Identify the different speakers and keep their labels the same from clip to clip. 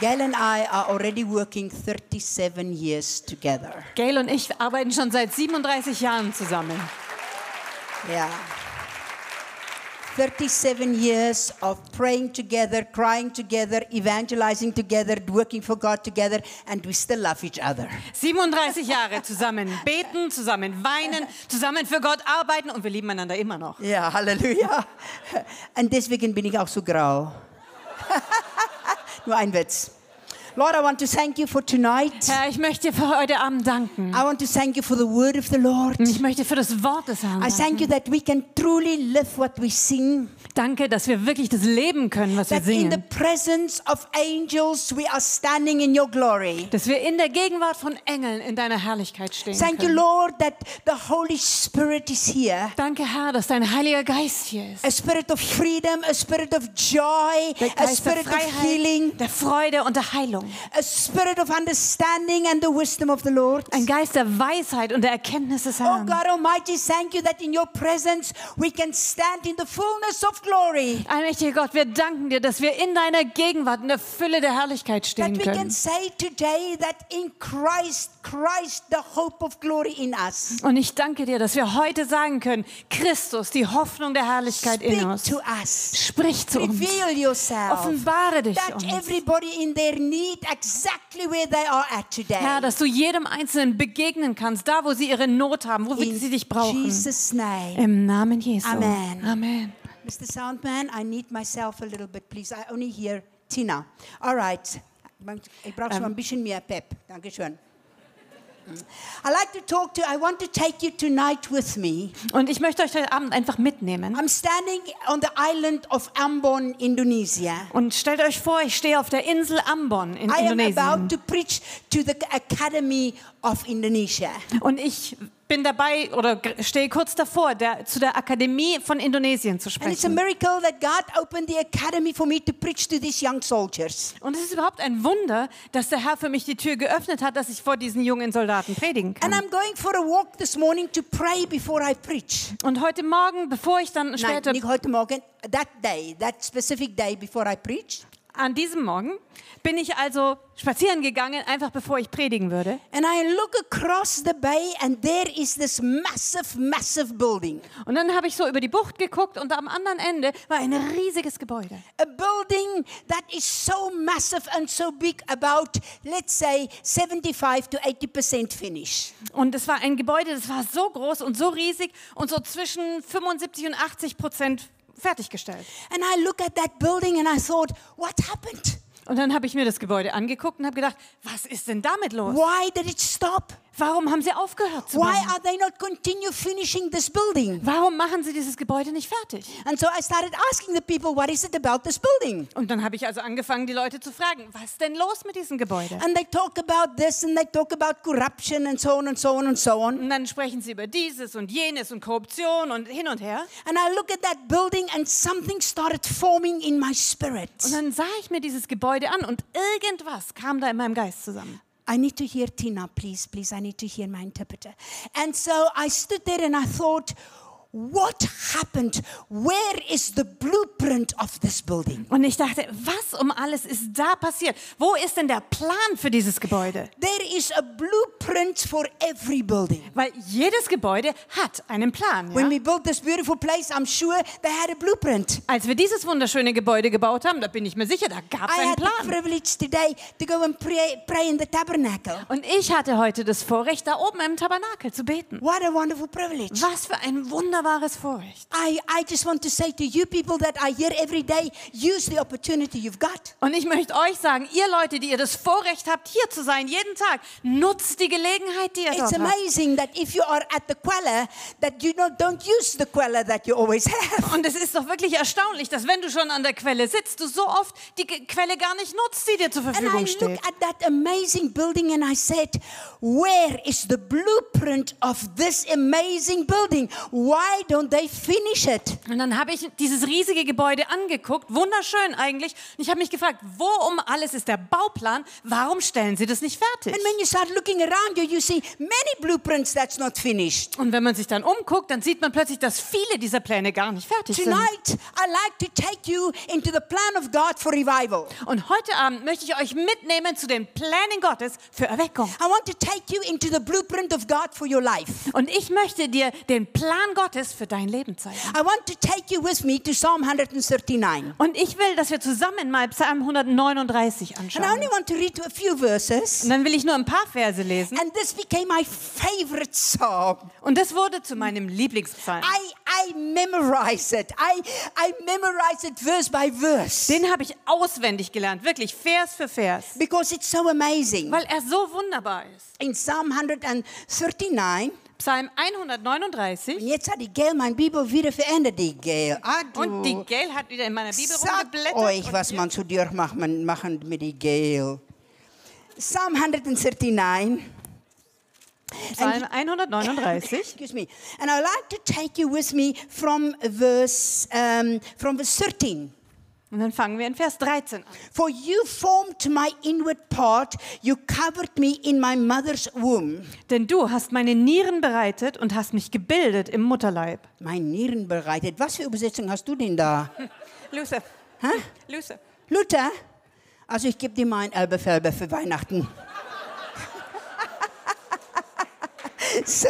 Speaker 1: Gail and I are already working 37 years together.
Speaker 2: Gail und ich arbeiten schon seit 37 Jahren zusammen.
Speaker 1: Yeah. 37 years of praying together, crying together, evangelizing together, working for God together, and we still love each other.
Speaker 2: 37 Jahre zusammen beten, zusammen weinen, zusammen für Gott arbeiten und wir lieben einander immer noch.
Speaker 1: Ja, Halleluja. Und deswegen bin ich auch so grau. Nur ein Witz. Lord, I want to thank you for tonight.
Speaker 2: Herr, ich möchte dir für heute Abend danken.
Speaker 1: I want to thank you for the word of the Lord.
Speaker 2: Ich möchte für das Wort des Herrn
Speaker 1: I
Speaker 2: danken.
Speaker 1: thank you that we can truly live what we sing.
Speaker 2: Danke, dass wir wirklich das leben können, was wir
Speaker 1: That in the
Speaker 2: singen.
Speaker 1: presence of angels we are standing in your glory.
Speaker 2: Dass wir in der Gegenwart von Engeln in deiner Herrlichkeit stehen
Speaker 1: Thank you,
Speaker 2: können.
Speaker 1: Lord, that the Holy Spirit is here.
Speaker 2: Danke, Herr, dass dein Heiliger Geist hier ist.
Speaker 1: A spirit of freedom, a spirit of joy,
Speaker 2: Der
Speaker 1: a
Speaker 2: Geist der
Speaker 1: spirit of
Speaker 2: Freiheit,
Speaker 1: healing,
Speaker 2: der Freude und der Heilung.
Speaker 1: a spirit of understanding and the wisdom of the Lord.
Speaker 2: Ein Geist der Weisheit und der Erkenntnis des
Speaker 1: Oh
Speaker 2: Herrn.
Speaker 1: God Almighty, thank you that in your presence we can stand in the fullness of glory.
Speaker 2: Allmächtiger Gott, wir danken dir, dass wir in deiner Gegenwart, in der Fülle der Herrlichkeit
Speaker 1: That
Speaker 2: stehen
Speaker 1: we can
Speaker 2: können.
Speaker 1: say today that in Christ, Christ, the hope of glory in us.
Speaker 2: Und ich danke dir, dass wir heute sagen können, Christus, die Hoffnung der Herrlichkeit in
Speaker 1: Speak
Speaker 2: uns.
Speaker 1: to us.
Speaker 2: Sprich zu uns.
Speaker 1: Reveal yourself.
Speaker 2: Offenbare dich
Speaker 1: That
Speaker 2: uns.
Speaker 1: everybody in their need exactly where they are at today.
Speaker 2: Herr, dass du jedem Einzelnen begegnen kannst, da wo sie ihre Not haben, wo
Speaker 1: in
Speaker 2: sie dich brauchen.
Speaker 1: Jesus' name.
Speaker 2: Im Namen Jesu.
Speaker 1: Amen.
Speaker 2: Amen.
Speaker 1: Mr. Soundman, I need myself a little bit, please. I only hear Tina. All right. Ich brauche
Speaker 2: Ähm.
Speaker 1: schon ein bisschen mehr Pep. Dankeschön. Mm. I like to talk to I want to take you tonight with me.
Speaker 2: Und ich möchte euch heute Abend einfach mitnehmen.
Speaker 1: I'm standing on the island of Ambon, Indonesia.
Speaker 2: Und stellt euch vor, ich stehe auf der Insel Ambon in
Speaker 1: I am
Speaker 2: Indonesien.
Speaker 1: about to preach to the Academy of Indonesia.
Speaker 2: Und ich bin dabei oder g- stehe kurz davor, der, zu der Akademie von Indonesien zu
Speaker 1: And it's a
Speaker 2: sprechen.
Speaker 1: miracle that God opened the academy for me to preach to these young soldiers.
Speaker 2: Und es ist überhaupt ein Wunder, dass der Herr für mich die Tür geöffnet hat, dass ich vor diesen jungen Soldaten predigen
Speaker 1: And
Speaker 2: kann.
Speaker 1: I'm going for a walk this morning to pray before I preach.
Speaker 2: Und heute Morgen, bevor ich dann
Speaker 1: Nein,
Speaker 2: später
Speaker 1: nicht heute Morgen, that day, that specific day before I preached.
Speaker 2: An diesem Morgen bin ich also spazieren gegangen, einfach bevor ich predigen würde.
Speaker 1: And I look across the bay and there is this massive, massive building.
Speaker 2: Und dann habe ich so über die Bucht geguckt und am anderen Ende war ein riesiges Gebäude.
Speaker 1: A building that is so massive and so big, about, let's say, 75 to 80% finish.
Speaker 2: Und es war ein Gebäude, das war so groß und so riesig und so zwischen 75 und 80 Prozent fertiggestellt.
Speaker 1: And I look at that building and I thought, what happened?
Speaker 2: Und dann habe ich mir das Gebäude angeguckt und habe gedacht, was ist denn damit los?
Speaker 1: Why did it stop?
Speaker 2: Warum haben sie aufgehört zu
Speaker 1: Why
Speaker 2: machen?
Speaker 1: are they not continue finishing this building?
Speaker 2: Warum machen sie dieses Gebäude nicht fertig?
Speaker 1: And so I started asking the people, what is it about this building?
Speaker 2: Und dann habe ich also angefangen, die Leute zu fragen, was ist denn los mit diesem Gebäude?
Speaker 1: And they talk about this and they talk about corruption and so on and so on and so on.
Speaker 2: Und dann sprechen sie über dieses und jenes und Korruption und hin und her.
Speaker 1: And I look at that building and something started forming in my spirit.
Speaker 2: Und dann sah ich mir dieses Gebäude an und irgendwas kam da in meinem Geist zusammen.
Speaker 1: I need to hear Tina, please, please. I need to hear my interpreter. And so I stood there and I thought, what happened? Where is the blueprint of this building?
Speaker 2: Und ich dachte, was um alles ist da passiert? Wo ist denn der Plan für dieses Gebäude?
Speaker 1: There is a blueprint for every building.
Speaker 2: Weil jedes Gebäude hat einen Plan.
Speaker 1: When
Speaker 2: Ja?
Speaker 1: we built this beautiful place, I'm sure they had a blueprint.
Speaker 2: Als wir dieses wunderschöne Gebäude gebaut haben, da bin ich mir sicher, da gab
Speaker 1: I
Speaker 2: es einen
Speaker 1: had the
Speaker 2: Plan.
Speaker 1: privilege today to go and pray, pray in the tabernacle.
Speaker 2: Und ich hatte heute das Vorrecht, da oben im Tabernakel zu beten.
Speaker 1: What a wonderful privilege.
Speaker 2: Was für ein wunderbares Vorrecht.
Speaker 1: I, I just want to say to you people that are here every day, use the opportunity you've got.
Speaker 2: Und ich möchte euch sagen, ihr Leute, die ihr das Vorrecht habt, hier zu sein, jeden Tag, nutzt die Gelegenheit, die ihr
Speaker 1: It's
Speaker 2: dort habt.
Speaker 1: amazing that if you are at the queller, that you not, don't use the queller that you always have.
Speaker 2: Und es ist doch wirklich erstaunlich, dass wenn du schon an der Quelle sitzt, du so oft die Ge- Quelle gar nicht nutzt, die dir zur
Speaker 1: And I
Speaker 2: Verfügung steht.
Speaker 1: look at that amazing building and I said, Where is the blueprint of this amazing building? Why why don't they finish it?
Speaker 2: Und dann habe ich dieses riesige Gebäude angeguckt, wunderschön eigentlich. Und ich habe mich gefragt, wo um alles ist der Bauplan? Warum stellen sie das nicht fertig?
Speaker 1: And when you start looking around you, you see many blueprints that's not finished.
Speaker 2: Und wenn man sich dann umguckt, dann sieht man plötzlich, dass viele dieser Pläne gar nicht fertig sind.
Speaker 1: Tonight, I like to take you into the plan of God for revival.
Speaker 2: Und heute Abend möchte ich euch mitnehmen zu den Plänen Gottes für Erweckung.
Speaker 1: I want to take you into the blueprint of God for your life.
Speaker 2: Und ich möchte dir den Plan Gottes für dein Leben zeigen.
Speaker 1: I want to take you with me to Psalm 139.
Speaker 2: Und ich will, dass wir zusammen mal Psalm 139
Speaker 1: And I
Speaker 2: anschauen.
Speaker 1: only want to read a few verses.
Speaker 2: Und dann will ich nur ein paar Verse lesen.
Speaker 1: And this became my favorite psalm.
Speaker 2: Und das wurde zu meinem Lieblingspsalm.
Speaker 1: I, I memorize it. I, I memorize it verse by verse
Speaker 2: Den habe ich auswendig gelernt, wirklich Vers für Vers,
Speaker 1: because it's so amazing.
Speaker 2: weil er so wunderbar ist.
Speaker 1: In Psalm 139,
Speaker 2: Psalm 139.
Speaker 1: und jetzt hat die Gail mein Bibel wieder verändert, die Gail. Ah, du.
Speaker 2: Und die Gail hat wieder in meiner Bibel
Speaker 1: Sag
Speaker 2: rumgeblättert.
Speaker 1: euch,
Speaker 2: und
Speaker 1: was
Speaker 2: hier-
Speaker 1: man zu dir macht, man machen mit die Gail. Psalm 139.
Speaker 2: Psalm 139.
Speaker 1: Excuse me. And I'd like to take you with me from verse, um, from verse 13.
Speaker 2: Und dann fangen wir in Vers 13 an.
Speaker 1: For you formed my inward part, you covered me in my mother's womb.
Speaker 2: Denn du hast meine Nieren bereitet und hast mich gebildet im Mutterleib.
Speaker 1: Mein Nieren bereitet. Was für Übersetzung hast du denn da?
Speaker 2: Luce.
Speaker 1: Hä?
Speaker 2: Luce.
Speaker 1: Luther? Also ich gebe dir meinen Elbefelber für Weihnachten. so,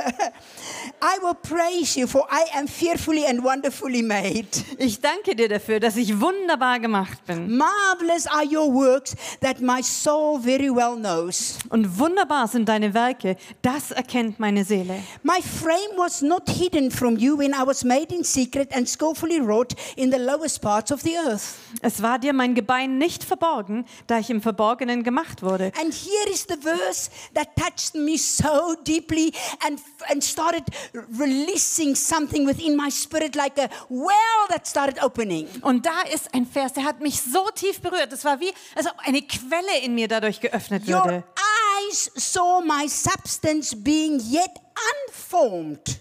Speaker 1: I will praise you, for I am fearfully and wonderfully made.
Speaker 2: Ich danke dir dafür, dass ich wunderbar gemacht bin.
Speaker 1: Marvelous are your works that my soul very well knows.
Speaker 2: Und wunderbar sind deine Werke. Das erkennt meine Seele.
Speaker 1: My frame was not hidden from you when I was made in secret and skillfully wrought in the lowest parts of the earth.
Speaker 2: Es war dir mein Gebein nicht verborgen, da ich im Verborgenen gemacht wurde.
Speaker 1: And here is the verse that touched me so deeply and, and started releasing something within my spirit like a well that started opening.
Speaker 2: Und da ist ein Vers, der hat mich so tief berührt. Es war wie, als ob eine Quelle in mir dadurch geöffnet
Speaker 1: Your
Speaker 2: würde.
Speaker 1: eyes saw my substance being yet unformed.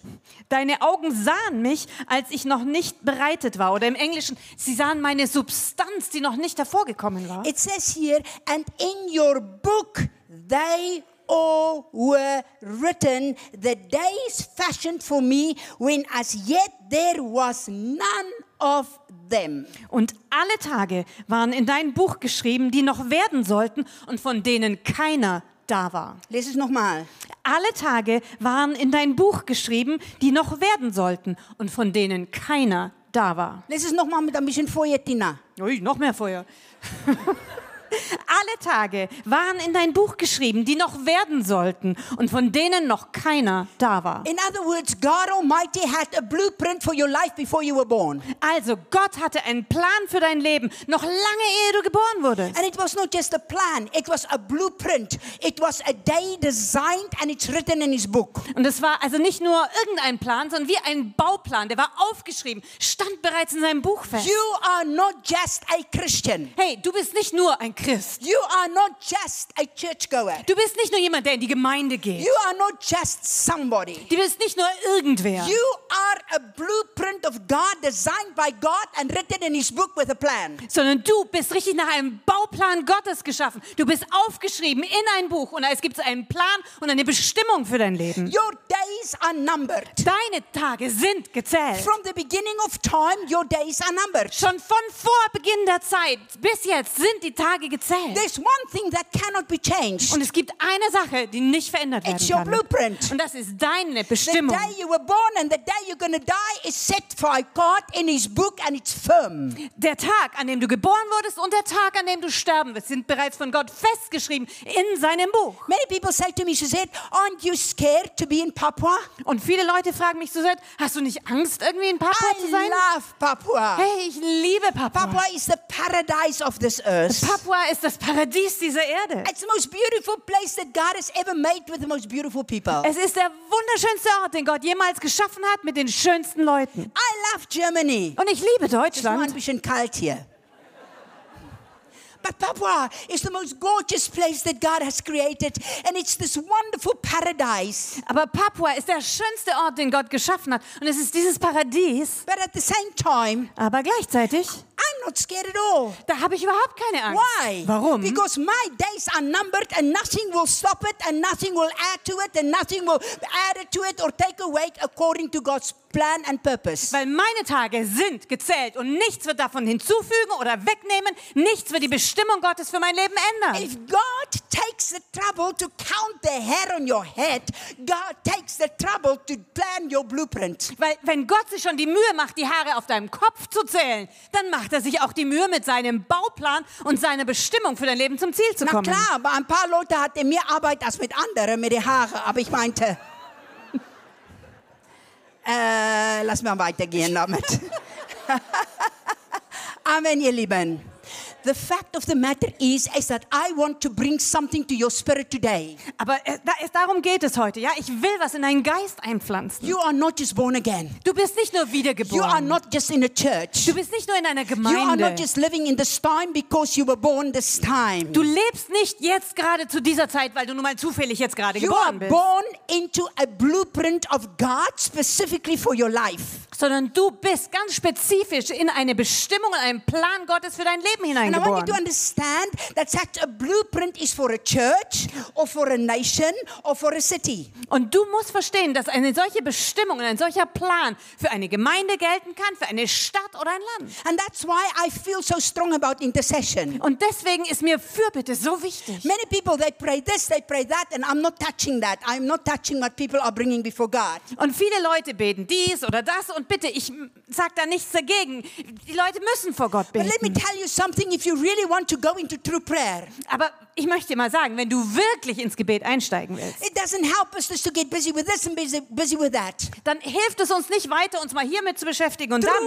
Speaker 2: Deine Augen sahen mich, als ich noch nicht bereitet war. Oder im Englischen, sie sahen meine Substanz, die noch nicht hervorgekommen war.
Speaker 1: It says here, and in your book they all were written, the days fashioned for me, when as yet there was none of them.
Speaker 2: Und alle Tage waren in dein Buch geschrieben, die noch werden sollten und von denen keiner da war.
Speaker 1: Lees es nochmal.
Speaker 2: Alle Tage waren in dein Buch geschrieben, die noch werden sollten und von denen keiner da war.
Speaker 1: Lees es nochmal mit ein bisschen Feuer, Tina.
Speaker 2: Ui, noch mehr Feuer. Alle Tage waren in dein Buch geschrieben, die noch werden sollten und von denen noch keiner da war.
Speaker 1: In other words, God Almighty had a blueprint for your life before you were born.
Speaker 2: Also Gott hatte einen Plan für dein Leben, noch lange ehe du geboren wurdest.
Speaker 1: And it was not just a plan, it was a blueprint. It was a day designed and it's written in His book.
Speaker 2: Und es war also nicht nur irgendein Plan, sondern wie ein Bauplan, der war aufgeschrieben, stand bereits in seinem Buch fest.
Speaker 1: You are not just a Christian.
Speaker 2: Hey, du bist nicht nur ein Christ.
Speaker 1: You are not just a churchgoer.
Speaker 2: Du bist nicht nur jemand, der in die Gemeinde geht.
Speaker 1: You are not just somebody.
Speaker 2: Du bist nicht nur irgendwer.
Speaker 1: You are a blueprint of God designed by God and written in His book with a plan.
Speaker 2: sondern du bist richtig nach einem Bauplan Gottes geschaffen. Du bist aufgeschrieben in ein Buch und es gibt einen Plan und eine Bestimmung für dein Leben.
Speaker 1: Your days are numbered.
Speaker 2: Deine Tage sind gezählt.
Speaker 1: From the beginning of time, your days are numbered.
Speaker 2: Schon von vor Beginn der Zeit bis jetzt sind die Tage gezählt.
Speaker 1: There's one thing that cannot be changed.
Speaker 2: Und es gibt eine Sache, die nicht verändert werden
Speaker 1: It's your
Speaker 2: kann.
Speaker 1: blueprint.
Speaker 2: Und das ist deine
Speaker 1: The
Speaker 2: Bestimmung.
Speaker 1: day you were born and the day you're going to die is set by God in His book and it's firm.
Speaker 2: Der Tag, an dem du geboren wurdest und der Tag, an dem du sterben wirst, sind bereits von Gott festgeschrieben in seinem Buch.
Speaker 1: Many people say to me, she said, Aren't you scared to be in Papua?
Speaker 2: Und viele Leute fragen mich so, hast du nicht Angst, irgendwie ein Papa zu sein?
Speaker 1: I love Papua.
Speaker 2: Hey, ich liebe Papa.
Speaker 1: Papua is the paradise of this earth.
Speaker 2: Papua ist das Paradies dieser Erde.
Speaker 1: It's the most beautiful place that God has ever made with the most beautiful people.
Speaker 2: Es ist der wunderschönste Ort, den Gott jemals geschaffen hat mit den schönsten Leuten.
Speaker 1: I love Germany.
Speaker 2: Und ich liebe
Speaker 1: It's not
Speaker 2: Deutschland.
Speaker 1: ein bisschen kalt hier. But Papua is the most gorgeous place that God has created, and it's this wonderful paradise.
Speaker 2: Aber Papua ist der schönste Ort, den Gott geschaffen hat. Und es ist dieses Paradies.
Speaker 1: But at the same time,
Speaker 2: Aber gleichzeitig,
Speaker 1: I'm not scared at all.
Speaker 2: da habe ich überhaupt keine Angst.
Speaker 1: Why?
Speaker 2: Warum?
Speaker 1: Because my days are numbered and nothing will stop it and nothing will add to it and nothing will add it to it or take away according to God's plan and purpose.
Speaker 2: Weil meine Tage sind gezählt und nichts wird davon hinzufügen oder wegnehmen. Nichts wird die Bestimmung Gottes für mein Leben ändern.
Speaker 1: If God takes the trouble to count the hair on your head, God takes the trouble to plan your blueprint.
Speaker 2: Weil wenn Gott sich schon die Mühe macht, die Haare auf deinem Kopf zu zählen, dann macht er sich auch die Mühe, mit seinem Bauplan und seiner Bestimmung für dein Leben zum Ziel zu
Speaker 1: Na
Speaker 2: kommen.
Speaker 1: klar, bei ein paar Leute hat er mehr Arbeit als mit anderen, mit den Haaren. Aber ich meinte, äh, lass mal weitergehen damit. Amen, ihr Lieben. The fact of the matter is, is that I want to bring something to your spirit today.
Speaker 2: Aber äh, da, es, darum geht es heute. Ja, ich will was in deinen Geist einpflanzen.
Speaker 1: You are not just born again.
Speaker 2: Du bist nicht nur
Speaker 1: You are
Speaker 2: wiedergeboren.
Speaker 1: not just in a church.
Speaker 2: Du bist nicht nur in einer
Speaker 1: You are not
Speaker 2: Gemeinde.
Speaker 1: just living in this time because you were born this time.
Speaker 2: Du lebst nicht jetzt gerade zu dieser Zeit, weil du nun mal zufällig jetzt gerade
Speaker 1: You are
Speaker 2: geboren bist,
Speaker 1: born into a blueprint of God specifically for your life.
Speaker 2: sondern du bist ganz spezifisch in eine Bestimmung und einen Plan Gottes für dein Leben
Speaker 1: And I want you to
Speaker 2: hineingeboren.
Speaker 1: understand that such a blueprint is for a church or for a nation or for a city.
Speaker 2: Und du musst verstehen, dass eine solche Bestimmung und ein solcher Plan für eine Gemeinde gelten kann, für eine Stadt oder ein Land.
Speaker 1: And that's why I feel so strong about intercession.
Speaker 2: Und deswegen ist mir Fürbitte so wichtig.
Speaker 1: Many people, they pray this, they pray that, and I'm not touching that. I'm not touching what people are bringing before God.
Speaker 2: Und viele Leute beten dies oder das und bitte, ich m, sag da nichts dagegen. Die Leute müssen vor Gott
Speaker 1: But let me
Speaker 2: beten.
Speaker 1: tell you something if you really want to go into true prayer,
Speaker 2: Aber ich möchte dir mal sagen, wenn du wirklich ins Gebet einsteigen willst,
Speaker 1: it doesn't help us just to get busy with this and busy, busy with that.
Speaker 2: dann hilft es uns nicht weiter, uns mal hiermit zu beschäftigen und damit.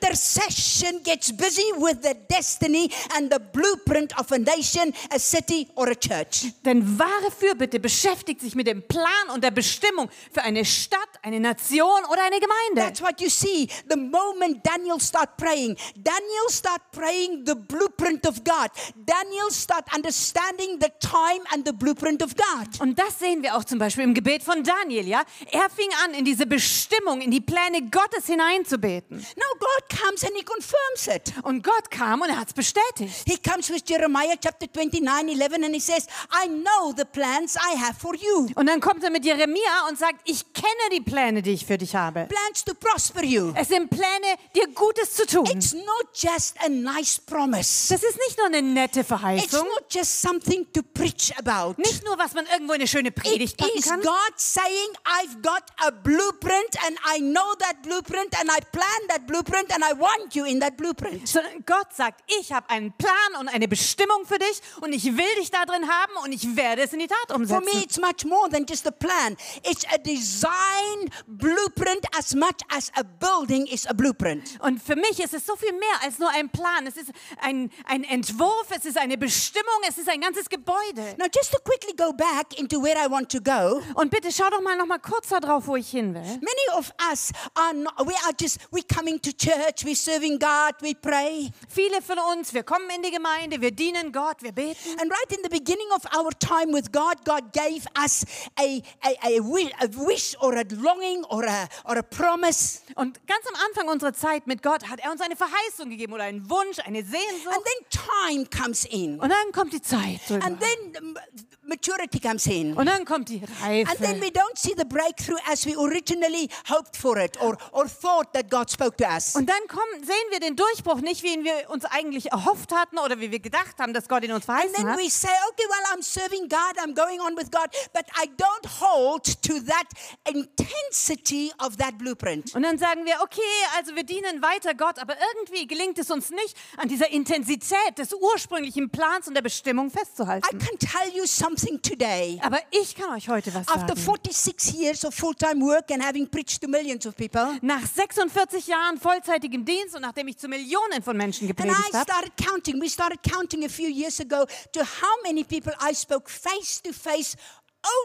Speaker 1: Through intercession gets busy with the destiny and the blueprint of a nation, a city, or a church.
Speaker 2: Denn wahre Fürbitte beschäftigt sich mit dem Plan und der Bestimmung für eine Stadt, eine Nation oder eine Gemeinde.
Speaker 1: That's what you see. The moment Daniel start praying, Daniel start praying the blueprint of God. Daniel start understanding the time and the blueprint of God.
Speaker 2: Und das sehen wir auch zum Beispiel im Gebet von Daniel, ja? Er fing an, in diese Bestimmung, in die Pläne Gottes hineinzubeten.
Speaker 1: Now God comes and he confirms it.
Speaker 2: Und Gott kam und er hat es bestätigt.
Speaker 1: He comes with Jeremiah chapter 29, 11, and he says, I know the plans I have for you.
Speaker 2: Und dann kommt er mit Jeremia und sagt, ich kenne die Pläne, die ich für dich habe.
Speaker 1: Plans to prosper you.
Speaker 2: Es sind Pläne, dir Gutes zu tun.
Speaker 1: It's not just a nice promise.
Speaker 2: Das ist nicht nur eine nette
Speaker 1: It's
Speaker 2: Verheißung,
Speaker 1: not just something to preach about.
Speaker 2: nicht nur, was man irgendwo in eine schöne Predigt
Speaker 1: It
Speaker 2: packen
Speaker 1: is
Speaker 2: kann,
Speaker 1: God saying, I've got a blueprint and I know that blueprint and I plan that blueprint and I want you in that blueprint.
Speaker 2: sondern Gott sagt, ich habe einen Plan und eine Bestimmung für dich und ich will dich da drin haben und ich werde es in die Tat
Speaker 1: For me,
Speaker 2: umsetzen.
Speaker 1: it's much more than just a plan. It's a design blueprint as much as a building is a blueprint.
Speaker 2: Und für mich ist es so viel mehr als nur ein Plan. Es ist ein, ein Entwurf, es ist eine Bestimmung, es ist ein ganzes Gebäude.
Speaker 1: Now, just to quickly go back into where I want to go,
Speaker 2: Und bitte schau doch mal noch mal kurz da drauf, wo ich hin will.
Speaker 1: many of us are not, we are just, we're coming to church, we're serving God, we pray.
Speaker 2: Viele von uns, wir kommen in die Gemeinde, wir dienen Gott, wir beten.
Speaker 1: And right in the beginning of our time with God, God gave us a, a, a, wi- a wish or a longing or a, or a promise.
Speaker 2: Und ganz am Anfang unserer Zeit mit Gott hat er uns eine Verheißung gegeben oder einen Wunsch, eine Sehnsucht.
Speaker 1: And then time comes in.
Speaker 2: Und dann kommt die Zeit. drüber.
Speaker 1: And then um, maturity comes in.
Speaker 2: Und dann kommt die
Speaker 1: And then
Speaker 2: Reife.
Speaker 1: we don't see the breakthrough as we originally hoped for it or, or thought that God spoke to us.
Speaker 2: Und dann kommen, sehen wir den Durchbruch nicht, wie ihn wir uns eigentlich erhofft hatten oder wie wir gedacht haben, dass Gott ihn uns
Speaker 1: And
Speaker 2: verheißen
Speaker 1: then
Speaker 2: hat.
Speaker 1: we say, okay, well, I'm serving God, I'm going on with God, but I don't hold to that intensity of that blueprint.
Speaker 2: Und dann sagen wir, okay, also wir dienen weiter Gott, aber irgendwie gelingt es uns nicht, an dieser Intensität des ursprünglichen Plans und der Bestimmung
Speaker 1: I
Speaker 2: festzuhalten.
Speaker 1: can tell you something today.
Speaker 2: Aber ich kann euch heute was
Speaker 1: After
Speaker 2: sagen.
Speaker 1: 46 years of full time work and having preached to millions of people,
Speaker 2: Nach 46 Jahren vollzeitigem Dienst und nachdem ich zu Millionen von Menschen
Speaker 1: and I
Speaker 2: gepredigt habe,
Speaker 1: started counting. We started counting a few years ago to how many people I spoke face to face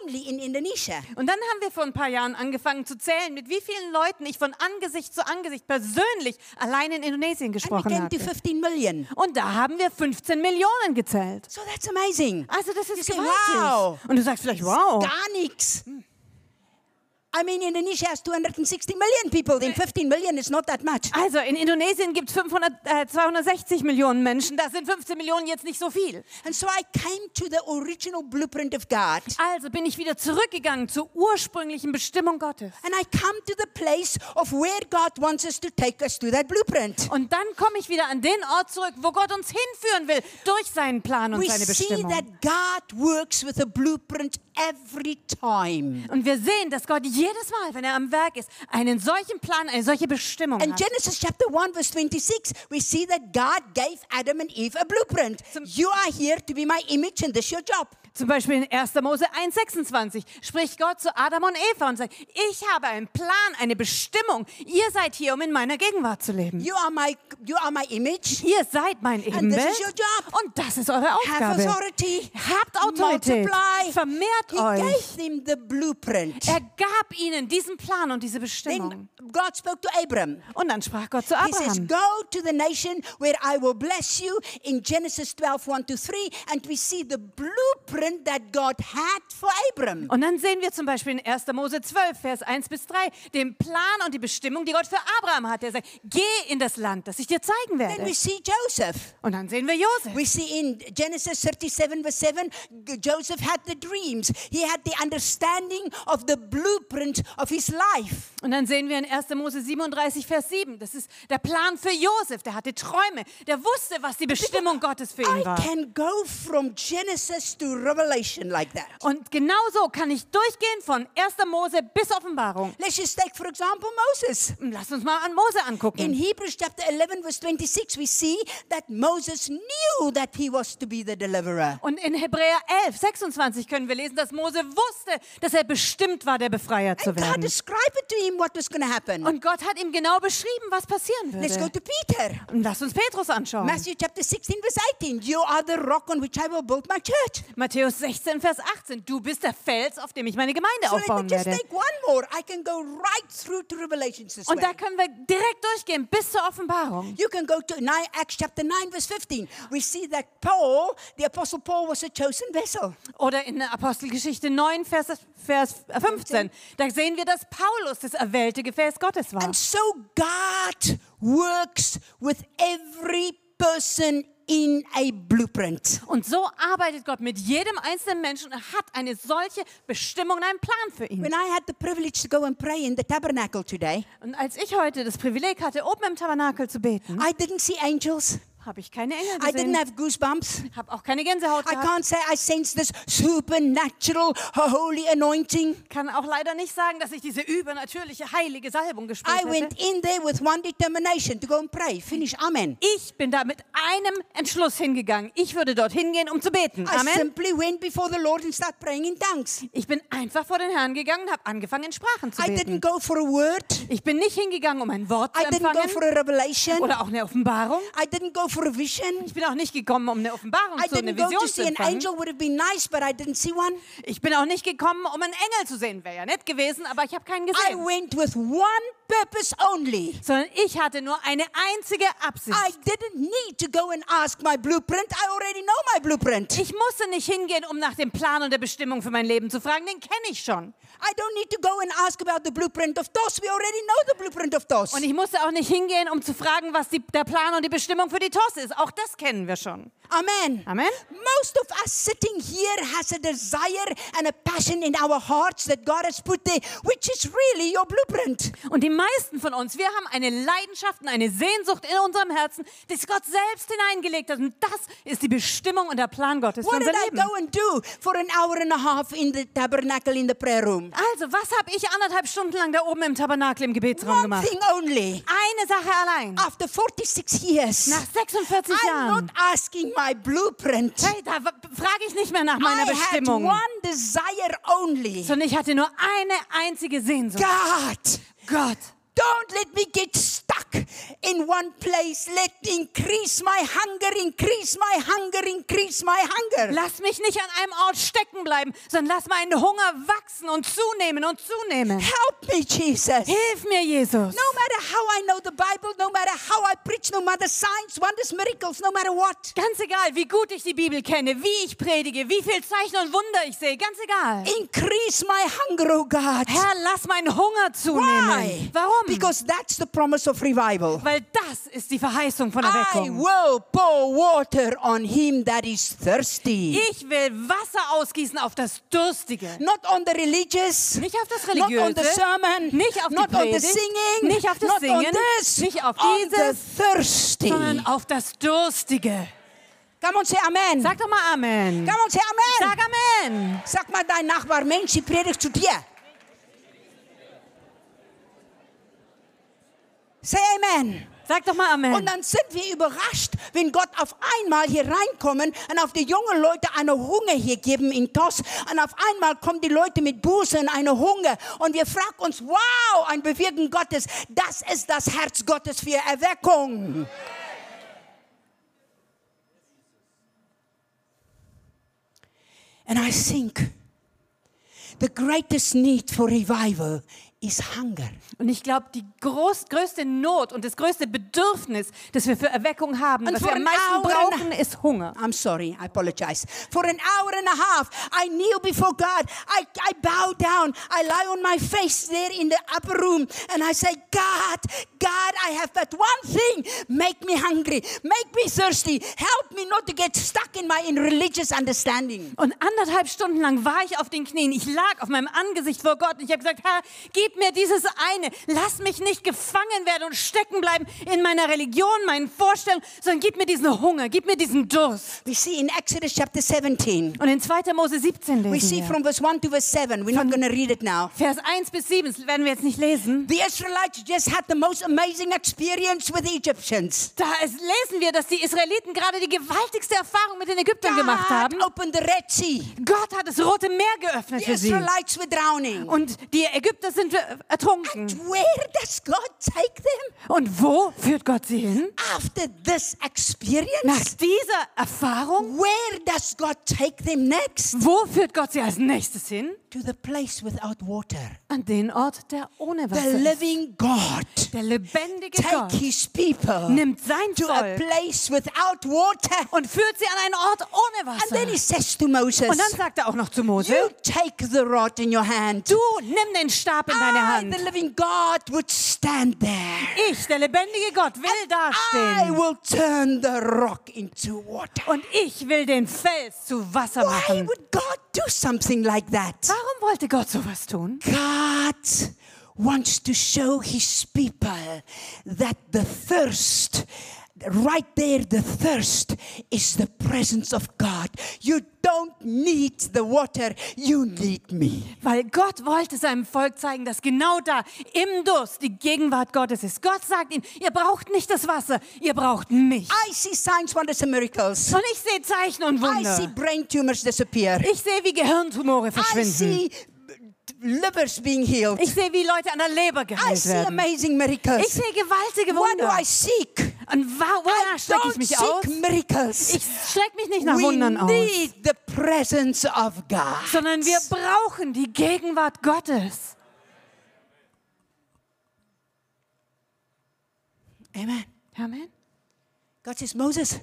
Speaker 1: only in Indonesia.
Speaker 2: Und dann haben wir vor ein paar Jahren angefangen zu zählen, mit wie vielen Leuten ich von Angesicht zu Angesicht persönlich allein in Indonesien
Speaker 1: And we
Speaker 2: gesprochen
Speaker 1: came to
Speaker 2: habe.
Speaker 1: 15 million.
Speaker 2: Und da haben wir 15 Millionen gezählt.
Speaker 1: So that's amazing.
Speaker 2: Also das ist
Speaker 1: say,
Speaker 2: gewaltig.
Speaker 1: wow.
Speaker 2: Und du sagst vielleicht, wow.
Speaker 1: Gar nichts. I mean, Indonesia has 260 million people. Then 15 million is not that much.
Speaker 2: Also in Indonesien gibt es 500, äh, 260 Millionen Menschen. Das sind 15 Millionen jetzt nicht so viel.
Speaker 1: And so I came to the original blueprint of God.
Speaker 2: Also bin ich wieder zurückgegangen zur ursprünglichen Bestimmung Gottes.
Speaker 1: And I come to the place of where God wants us to take us to that blueprint.
Speaker 2: Und dann komme ich wieder an den Ort zurück, wo Gott uns hinführen will, durch seinen Plan und
Speaker 1: We
Speaker 2: seine
Speaker 1: see
Speaker 2: Bestimmung.
Speaker 1: that God works with a blueprint every time.
Speaker 2: Und wir sehen, dass Gott jedes Mal, wenn er am Werk ist, einen solchen Plan, eine solche Bestimmung
Speaker 1: In
Speaker 2: hat.
Speaker 1: Genesis chapter 1, verse 26, we see that God gave Adam and Eve a blueprint. You are here to be my image, and this is your job.
Speaker 2: Zum Beispiel in 1. Mose 1,26 spricht Gott zu Adam und Eva und sagt, ich habe einen Plan, eine Bestimmung. Ihr seid hier, um in meiner Gegenwart zu leben.
Speaker 1: You are my, you are my image.
Speaker 2: Ihr seid mein Ebenbild
Speaker 1: this is your job.
Speaker 2: und das ist eure
Speaker 1: Have
Speaker 2: Aufgabe.
Speaker 1: authority.
Speaker 2: Habt Autorität,
Speaker 1: Multiply.
Speaker 2: vermehrt
Speaker 1: He
Speaker 2: euch.
Speaker 1: gave them the blueprint.
Speaker 2: Er gab ihnen diesen Plan und diese Bestimmung.
Speaker 1: Then God spoke to Abram.
Speaker 2: Und dann sprach Gott zu
Speaker 1: He says,
Speaker 2: Abraham.
Speaker 1: Go to the nation where I will bless you in Genesis 12, 1 to 3. And we see the blueprint that God had for Abram.
Speaker 2: Und dann sehen wir zum Beispiel in 1. Mose 12, Vers 1 bis 3, den Plan und die Bestimmung, die Gott für Abraham hat. Er sagt, geh in das Land, das ich dir zeigen
Speaker 1: Then we
Speaker 2: werde.
Speaker 1: see Joseph.
Speaker 2: Und dann sehen wir Josef.
Speaker 1: We see in Genesis 37, verse 7, G- Joseph had the dreams. He had the understanding of the blueprint of his life.
Speaker 2: Und dann sehen wir in 1. Mose 37, Vers 7, das ist der Plan für Josef. Der hatte Träume. Der wusste, was die Bestimmung Gottes für ihn
Speaker 1: I
Speaker 2: war.
Speaker 1: can go from Genesis to Revelation like that.
Speaker 2: Und genau so kann ich durchgehen von 1. Mose bis Offenbarung.
Speaker 1: Let's just take, for example, Moses.
Speaker 2: Und Lass uns mal an Mose
Speaker 1: In
Speaker 2: angucken.
Speaker 1: Hebrews chapter 11, verse 26, we see that Moses knew that he was to be the deliverer.
Speaker 2: Und in Hebräer 11, 26 können wir lesen, dass Mose wusste, dass er bestimmt war, der Befreier zu
Speaker 1: And God
Speaker 2: werden.
Speaker 1: described it to him what was going to happen.
Speaker 2: Und Gott hat ihm genau beschrieben, was passieren
Speaker 1: Let's go
Speaker 2: würde.
Speaker 1: to Peter.
Speaker 2: Und lass uns Petrus anschauen.
Speaker 1: Matthew chapter 16, verse 18. You are the rock on which I will build my church.
Speaker 2: Matthäus 16, Vers 18. Du bist der Fels, auf dem ich meine Gemeinde
Speaker 1: So let me
Speaker 2: aufbauen
Speaker 1: just
Speaker 2: werde.
Speaker 1: take one more. I can go right through to Revelations this
Speaker 2: Und da
Speaker 1: way.
Speaker 2: können wir direkt durchgehen bis zur Offenbarung.
Speaker 1: You can go to nine, Acts chapter 9, verse 15. We see that Paul, the apostle Paul, was a chosen vessel.
Speaker 2: Oder in der Apostelgeschichte 9, Vers, Vers 15. Da sehen wir, dass Paulus das erwählte Gefäß Gottes war.
Speaker 1: And so God works with every person in a blueprint.
Speaker 2: Und so arbeitet Gott mit jedem einzelnen Menschen und hat eine solche Bestimmung und einen Plan für ihn.
Speaker 1: When I had the privilege to go and pray in the tabernacle today,
Speaker 2: Und als ich heute das Privileg hatte, oben im Tabernakel zu beten,
Speaker 1: I didn't see angels.
Speaker 2: habe ich keine Engel
Speaker 1: I didn't
Speaker 2: gesehen,
Speaker 1: have goosebumps.
Speaker 2: habe auch keine Gänsehaut
Speaker 1: I
Speaker 2: gehabt.
Speaker 1: can't say I sense this supernatural uh, holy anointing.
Speaker 2: Kann auch leider nicht sagen, dass ich diese übernatürliche heilige Salbung gespürt
Speaker 1: I
Speaker 2: hätte.
Speaker 1: went in there with one determination to go and pray. Finish. Amen.
Speaker 2: Ich bin da mit einem Entschluss hingegangen. Ich würde dorthin gehen, um zu beten.
Speaker 1: I
Speaker 2: Amen.
Speaker 1: simply went before the Lord and started praying in tongues.
Speaker 2: Ich bin einfach vor den Herrn gegangen und habe angefangen, in Sprachen zu
Speaker 1: I didn't
Speaker 2: beten.
Speaker 1: go for a word.
Speaker 2: Ich bin nicht hingegangen, um ein Wort zu
Speaker 1: I didn't go
Speaker 2: empfangen
Speaker 1: for a revelation.
Speaker 2: oder auch eine Offenbarung.
Speaker 1: I didn't go for a vision.
Speaker 2: Ich bin auch nicht gekommen, um eine Offenbarung
Speaker 1: I
Speaker 2: zu eine
Speaker 1: didn't go to
Speaker 2: Vision zu
Speaker 1: see an
Speaker 2: empfangen.
Speaker 1: angel. Would have been nice, but I didn't see one.
Speaker 2: Ich bin auch nicht gekommen, um einen Engel zu sehen. Wäre ja nett gewesen, aber ich habe keinen
Speaker 1: I
Speaker 2: gesehen.
Speaker 1: went with one purpose only.
Speaker 2: Sondern ich hatte nur eine einzige Absicht.
Speaker 1: I didn't need to go and ask my blueprint. I already know my blueprint.
Speaker 2: Ich musste nicht hingehen, um nach dem Plan und der Bestimmung für mein Leben zu fragen. Den kenne ich schon.
Speaker 1: I don't need to go and ask about the blueprint of TOS. We already know the blueprint of TOS.
Speaker 2: Und ich musste auch nicht hingehen, um zu fragen, was die, der Plan und die Bestimmung für die TOS ist. Auch das kennen wir schon.
Speaker 1: Amen.
Speaker 2: Amen.
Speaker 1: Most of us sitting here has a desire and a passion in our hearts that God has put there, which is really your blueprint.
Speaker 2: Und die meisten von uns, wir haben eine Leidenschaft und eine Sehnsucht in unserem Herzen, das Gott selbst hineingelegt hat. Und das ist die Bestimmung und der Plan Gottes für
Speaker 1: What
Speaker 2: unser
Speaker 1: did I
Speaker 2: Leben.
Speaker 1: go and do for an hour and a half in the tabernacle in the prayer room?
Speaker 2: Also, was habe ich anderthalb Stunden lang da oben im Tabernakel im Gebetsraum
Speaker 1: One
Speaker 2: gemacht?
Speaker 1: thing only.
Speaker 2: Eine Sache allein.
Speaker 1: After 46 years,
Speaker 2: Nach 46
Speaker 1: I'm
Speaker 2: Jahren.
Speaker 1: not asking my blueprint.
Speaker 2: Hey, da frage ich nicht mehr nach meiner
Speaker 1: I had
Speaker 2: Bestimmung.
Speaker 1: one desire only.
Speaker 2: Sondern ich hatte nur eine einzige Sehnsucht.
Speaker 1: God,
Speaker 2: Gott,
Speaker 1: don't let me get stuck stuck in one place. Let increase my hunger, increase my hunger, increase my hunger.
Speaker 2: Lass mich nicht an einem Ort stecken bleiben, sondern lass meinen Hunger wachsen und zunehmen und zunehmen.
Speaker 1: Help me, Jesus.
Speaker 2: Hilf mir, Jesus.
Speaker 1: No matter how I know the Bible, no matter how I preach, no matter signs, wonders, miracles, no matter what,
Speaker 2: Ganz egal, wie gut ich die Bibel kenne, wie ich predige, wie viel Zeichen und Wunder ich sehe, ganz egal.
Speaker 1: increase my hunger, oh God.
Speaker 2: Herr, lass meinen Hunger zunehmen.
Speaker 1: Why?
Speaker 2: Warum?
Speaker 1: Because that's the promise of revival.
Speaker 2: Weil das ist die Verheißung von
Speaker 1: I
Speaker 2: Erweckung.
Speaker 1: will pour water on him that is thirsty.
Speaker 2: Ich will Wasser ausgießen auf das Durstige.
Speaker 1: Not on the religious.
Speaker 2: Nicht auf das
Speaker 1: Not on the
Speaker 2: Religiöse,
Speaker 1: sermon.
Speaker 2: nicht auf die
Speaker 1: not on the
Speaker 2: Predigt,
Speaker 1: singing.
Speaker 2: nicht auf das
Speaker 1: not on
Speaker 2: Singen,
Speaker 1: this.
Speaker 2: nicht auf
Speaker 1: on the
Speaker 2: dieses,
Speaker 1: thirsty.
Speaker 2: sondern auf das Durstige.
Speaker 1: Come on, say Amen.
Speaker 2: Sag doch mal Amen.
Speaker 1: Come on, say Amen.
Speaker 2: Sag Amen.
Speaker 1: Sag mal dein Nachbar, Mensch, die predigt zu dir. Say Amen.
Speaker 2: Sag doch mal
Speaker 1: Und
Speaker 2: Amen.
Speaker 1: dann sind wir überrascht, wenn Gott auf einmal hier reinkommen und auf die jungen Leute eine Hunger hier geben in Tos. Und auf einmal kommen die Leute mit Buße und eine Hunger. Und wir fragen uns, wow, ein Bewirken Gottes, das ist das Herz Gottes für Erweckung. And I think the greatest need for revival is hunger.
Speaker 2: Und ich glaube, die groß, größte Not und das größte Bedürfnis, das wir für Erweckung haben,
Speaker 1: Und
Speaker 2: was
Speaker 1: vor
Speaker 2: wir am
Speaker 1: Augen-
Speaker 2: meisten brauchen, ist Hunger.
Speaker 1: I'm sorry, I apologize. For an hour and a half, I kneel before God. I, I bow down. I lie on my face there in the upper room and I say, God, God, I have but one thing. Make me hungry. Make me thirsty. Help me not to get stuck in my in religious understanding.
Speaker 2: Und anderthalb Stunden lang war ich auf den Knien. Ich lag auf meinem Angesicht vor Gott und ich habe gesagt, Herr, gib mir dieses eine. Lass mich nicht gefangen werden und stecken bleiben in meiner Religion, meinen Vorstellungen, sondern gib mir diesen Hunger, gib mir diesen Durst.
Speaker 1: We see in Exodus chapter 17.
Speaker 2: Und in 2. Mose 17
Speaker 1: We see
Speaker 2: lesen wir.
Speaker 1: from verse 1 to verse 7. We're not going to read it now.
Speaker 2: Vers 1 bis 7, das werden wir jetzt nicht lesen.
Speaker 1: The Israelites just had the most amazing experience with the Egyptians.
Speaker 2: Da ist, lesen wir, dass die Israeliten gerade die gewaltigste Erfahrung mit den Ägyptern gemacht haben.
Speaker 1: opened the Red Sea.
Speaker 2: Gott hat das Rote Meer geöffnet
Speaker 1: The
Speaker 2: für sie.
Speaker 1: Israelites were drowning.
Speaker 2: Und die Ägypter sind äh, ertrunken.
Speaker 1: Where does God take them
Speaker 2: Und wo führt Gott sie hin?
Speaker 1: after this
Speaker 2: Nach
Speaker 1: experience?
Speaker 2: dieser Erfahrung,
Speaker 1: Where does God take them next?
Speaker 2: wo führt Gott sie als nächstes hin?
Speaker 1: To the place without water.
Speaker 2: An den Ort, der ohne
Speaker 1: The
Speaker 2: Wasser ist.
Speaker 1: living God
Speaker 2: Der lebendige
Speaker 1: take
Speaker 2: Gott
Speaker 1: his people
Speaker 2: nimmt sein
Speaker 1: to a
Speaker 2: Volk
Speaker 1: place without water.
Speaker 2: und führt sie an einen Ort ohne
Speaker 1: And then he
Speaker 2: Wasser.
Speaker 1: says to Moses,
Speaker 2: Und dann sagt er auch noch zu
Speaker 1: You
Speaker 2: Mose,
Speaker 1: take the rod in your hand.
Speaker 2: du nimm den Stab in deine
Speaker 1: I,
Speaker 2: Hand.
Speaker 1: the living God, would stand there.
Speaker 2: Ich, der lebendige Gott, will
Speaker 1: I
Speaker 2: dastehen.
Speaker 1: will turn the rock into water.
Speaker 2: Und ich will den Fels zu Wasser
Speaker 1: Why
Speaker 2: machen.
Speaker 1: would God do something like that?
Speaker 2: Warum wollte Gott sowas tun?
Speaker 1: God wants to show his people that the thirst, right there, the thirst is the presence of God. You don't need the water, you need me.
Speaker 2: Weil Gott wollte seinem Volk zeigen, dass genau da im Durst die Gegenwart Gottes ist. Gott sagt ihnen, ihr braucht nicht das Wasser, ihr braucht mich.
Speaker 1: I see signs, wonders, and miracles.
Speaker 2: Und ich sehe Zeichen und
Speaker 1: I see
Speaker 2: Wunder.
Speaker 1: brain tumors disappear.
Speaker 2: Ich sehe, wie Gehirntumore
Speaker 1: I
Speaker 2: verschwinden.
Speaker 1: see livers being healed.
Speaker 2: Ich sehe, wie Leute an der Leber
Speaker 1: I
Speaker 2: geheilt
Speaker 1: see
Speaker 2: werden.
Speaker 1: amazing
Speaker 2: Ich
Speaker 1: miracles.
Speaker 2: sehe gewaltige
Speaker 1: What do
Speaker 2: Wunder.
Speaker 1: I seek?
Speaker 2: Und wa-
Speaker 1: I
Speaker 2: wonach strecke ich
Speaker 1: don't
Speaker 2: mich aus?
Speaker 1: seek miracles.
Speaker 2: Ich strecke mich nicht nach
Speaker 1: we
Speaker 2: Wundern aus,
Speaker 1: need the presence of God.
Speaker 2: sondern wir brauchen die Gegenwart Gottes.
Speaker 1: Amen.
Speaker 2: Amen.
Speaker 1: God says, Moses,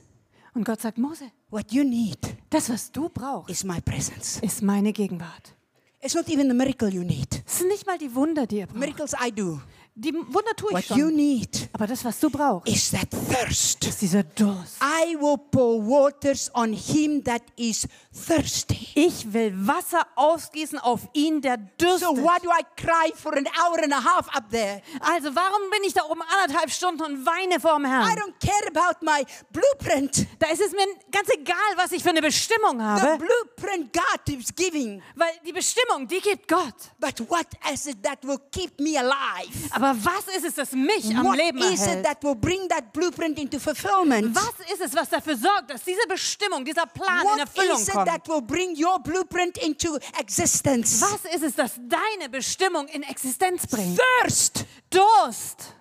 Speaker 2: Und Gott sagt, Mose,
Speaker 1: what you need
Speaker 2: das, was du brauchst,
Speaker 1: is my presence.
Speaker 2: ist meine Gegenwart.
Speaker 1: It's not even the miracle you need.
Speaker 2: Es sind nicht mal die Wunder, die ihr braucht.
Speaker 1: Miracles I do.
Speaker 2: Die Wunder tue ich
Speaker 1: What you
Speaker 2: schon.
Speaker 1: need
Speaker 2: Aber das, was du brauchst,
Speaker 1: is that thirst.
Speaker 2: ist dieser Durst.
Speaker 1: I will pour waters on him that is thirsty.
Speaker 2: Ich will Wasser ausgießen auf ihn, der
Speaker 1: So
Speaker 2: dürstet.
Speaker 1: why do I cry for an hour and a half up there?
Speaker 2: Also warum bin ich da oben anderthalb Stunden und weine vorm
Speaker 1: I
Speaker 2: Herrn?
Speaker 1: don't care about my blueprint.
Speaker 2: Da ist es mir ganz egal, was ich für eine Bestimmung
Speaker 1: The
Speaker 2: habe,
Speaker 1: blueprint God is giving.
Speaker 2: weil die Bestimmung, die gibt Gott.
Speaker 1: But what is it that will keep me alive?
Speaker 2: Aber was ist es, das mich am
Speaker 1: What
Speaker 2: Leben
Speaker 1: is it
Speaker 2: erhält?
Speaker 1: that will bring that blueprint into fulfillment?
Speaker 2: Was ist es, was dafür sorgt, dass diese Bestimmung, dieser Plan in
Speaker 1: What
Speaker 2: Erfüllung
Speaker 1: is it
Speaker 2: kommt?
Speaker 1: that will bring your blueprint into existence?
Speaker 2: Was ist es, das deine Bestimmung in Existenz bringt?
Speaker 1: Thirst.
Speaker 2: Durst.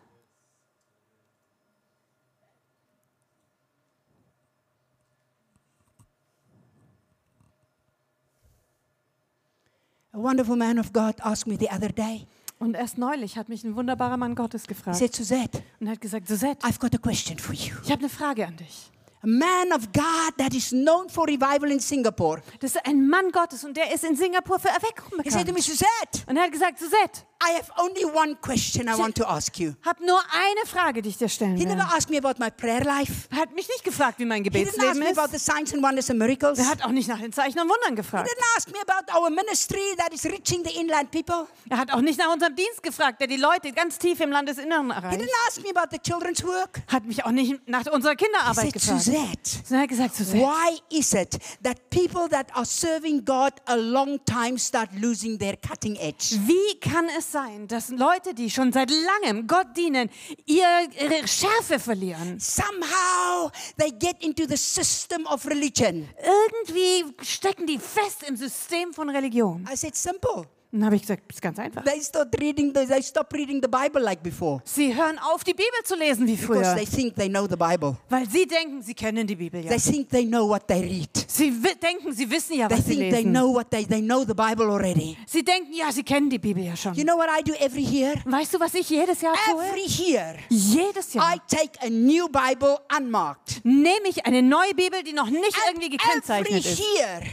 Speaker 1: A wonderful man of God asked me the other day.
Speaker 2: Und erst neulich hat mich ein wunderbarer Mann Gottes
Speaker 1: He
Speaker 2: gefragt
Speaker 1: said, Suzette,
Speaker 2: und hat gesagt, Suzette,
Speaker 1: I've got a question for you.
Speaker 2: ich habe eine Frage an dich.
Speaker 1: A man of God that is known for revival in Singapore.
Speaker 2: Das ist ein Mann Gottes und der ist in Singapur für Erweckung
Speaker 1: He said to
Speaker 2: bekannt.
Speaker 1: me, Suzette,
Speaker 2: Und er hat gesagt, Suzette,
Speaker 1: I have only one question I want to ask you.
Speaker 2: hab nur eine Frage, die ich dir stellen
Speaker 1: He never
Speaker 2: will.
Speaker 1: asked me about my prayer life.
Speaker 2: Er hat mich nicht gefragt, wie mein
Speaker 1: He didn't ask
Speaker 2: Gebetsleben
Speaker 1: me
Speaker 2: ist.
Speaker 1: about the signs and wonders and miracles.
Speaker 2: Er
Speaker 1: He
Speaker 2: hat auch nicht nach den Zeichen und Wundern gefragt.
Speaker 1: didn't ask me about our ministry that is reaching the inland people.
Speaker 2: Er hat auch nicht nach unserem Dienst gefragt, der die Leute ganz tief im Landesinneren
Speaker 1: He
Speaker 2: erreicht.
Speaker 1: didn't ask me about the children's work.
Speaker 2: Hat mich auch nicht nach unserer
Speaker 1: He
Speaker 2: Kinderarbeit
Speaker 1: said,
Speaker 2: gefragt. Sondern
Speaker 1: Suzette,
Speaker 2: er hat gesagt, Suzette,
Speaker 1: why is it that people that are serving God a long time start losing their cutting edge?
Speaker 2: wie kann es sein, dass Leute, die schon seit langem Gott dienen, ihr- ihre Schärfe verlieren?
Speaker 1: Somehow they get into the system of religion.
Speaker 2: Irgendwie stecken die fest im System von Religion.
Speaker 1: I said, simple.
Speaker 2: Und dann habe ich gesagt, das ist ganz einfach.
Speaker 1: They start reading the, they stop reading the Bible like before.
Speaker 2: Sie hören auf, die Bibel zu lesen wie
Speaker 1: Because
Speaker 2: früher,
Speaker 1: they think they know the Bible.
Speaker 2: weil sie denken, sie kennen die Bibel ja.
Speaker 1: They think they know what they read.
Speaker 2: Sie wi- denken, sie wissen ja,
Speaker 1: They
Speaker 2: was sie
Speaker 1: think they
Speaker 2: lesen.
Speaker 1: know what they they know the Bible already.
Speaker 2: Sie denken, ja, sie kennen die Bibel ja schon.
Speaker 1: You know what I do every year?
Speaker 2: Weißt du, was ich jedes Jahr tue?
Speaker 1: Every year
Speaker 2: Jedes Jahr
Speaker 1: I take a new Bible unmarked.
Speaker 2: nehme ich eine neue Bibel, die noch nicht
Speaker 1: And
Speaker 2: irgendwie
Speaker 1: every
Speaker 2: gekennzeichnet ist.
Speaker 1: year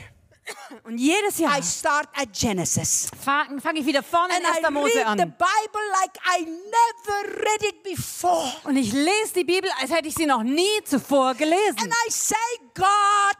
Speaker 2: Und jedes Jahr
Speaker 1: I start at Genesis.
Speaker 2: fange fang ich wieder vorne in
Speaker 1: And I
Speaker 2: 1. Mose
Speaker 1: read the
Speaker 2: an.
Speaker 1: Bible like I never read it before.
Speaker 2: Und ich lese die Bibel, als hätte ich sie noch nie zuvor
Speaker 1: And
Speaker 2: gelesen.
Speaker 1: I say, God,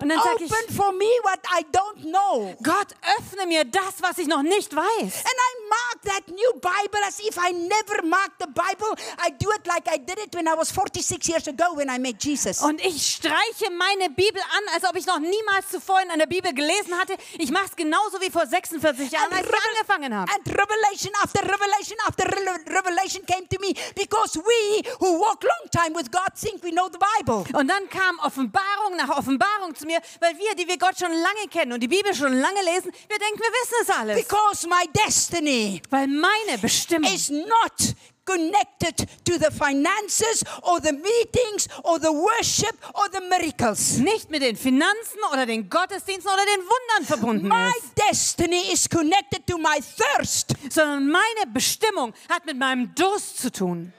Speaker 2: Und dann sag ich-
Speaker 1: open for me what I don't know.
Speaker 2: Gott, öffne mir das, was ich noch nicht weiß.
Speaker 1: And I mark that new Bible as if I never marked the Bible. I do it like I did it when I was 46 years ago when I met Jesus.
Speaker 2: Und ich streiche meine Bibel an, als ob ich noch niemals zuvor in einer Bibel gelesen hatte. Ich mache es genauso wie vor 46 Jahren, als ich angefangen habe.
Speaker 1: And revelation after revelation after re- revelation came to me because we who walk long time with God think we know the Bible.
Speaker 2: Und dann kam Offenbarung nach Offenbarung zu mir, weil wir, die wir Gott schon lange kennen und die Bibel schon lange lesen, wir denken, wir wissen es alles.
Speaker 1: Because my destiny
Speaker 2: Weil meine Bestimmung
Speaker 1: is not connected to the finances or the meetings or the worship or the miracles.
Speaker 2: nicht mit den Finanzen oder den Gottesdiensten oder den Wundern verbunden
Speaker 1: My
Speaker 2: ist,
Speaker 1: destiny is connected to my thirst.
Speaker 2: sondern meine Bestimmung hat mit meinem Durst zu tun.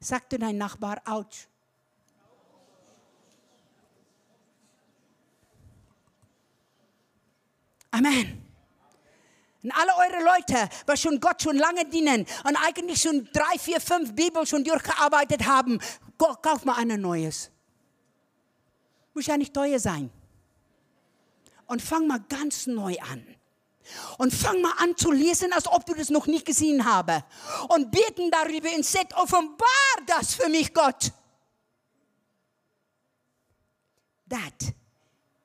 Speaker 1: Sag zu deinem Nachbar, ouch. Amen. Und alle eure Leute, was schon Gott schon lange dienen und eigentlich schon drei, vier, fünf Bibel schon durchgearbeitet haben, ko- kauft mal ein neues. Muss ja nicht teuer sein. Und fang mal ganz neu an. Und fang mal an zu lesen, als ob du das noch nicht gesehen habe. Und beten darüber und sagt, offenbar das für mich, Gott. That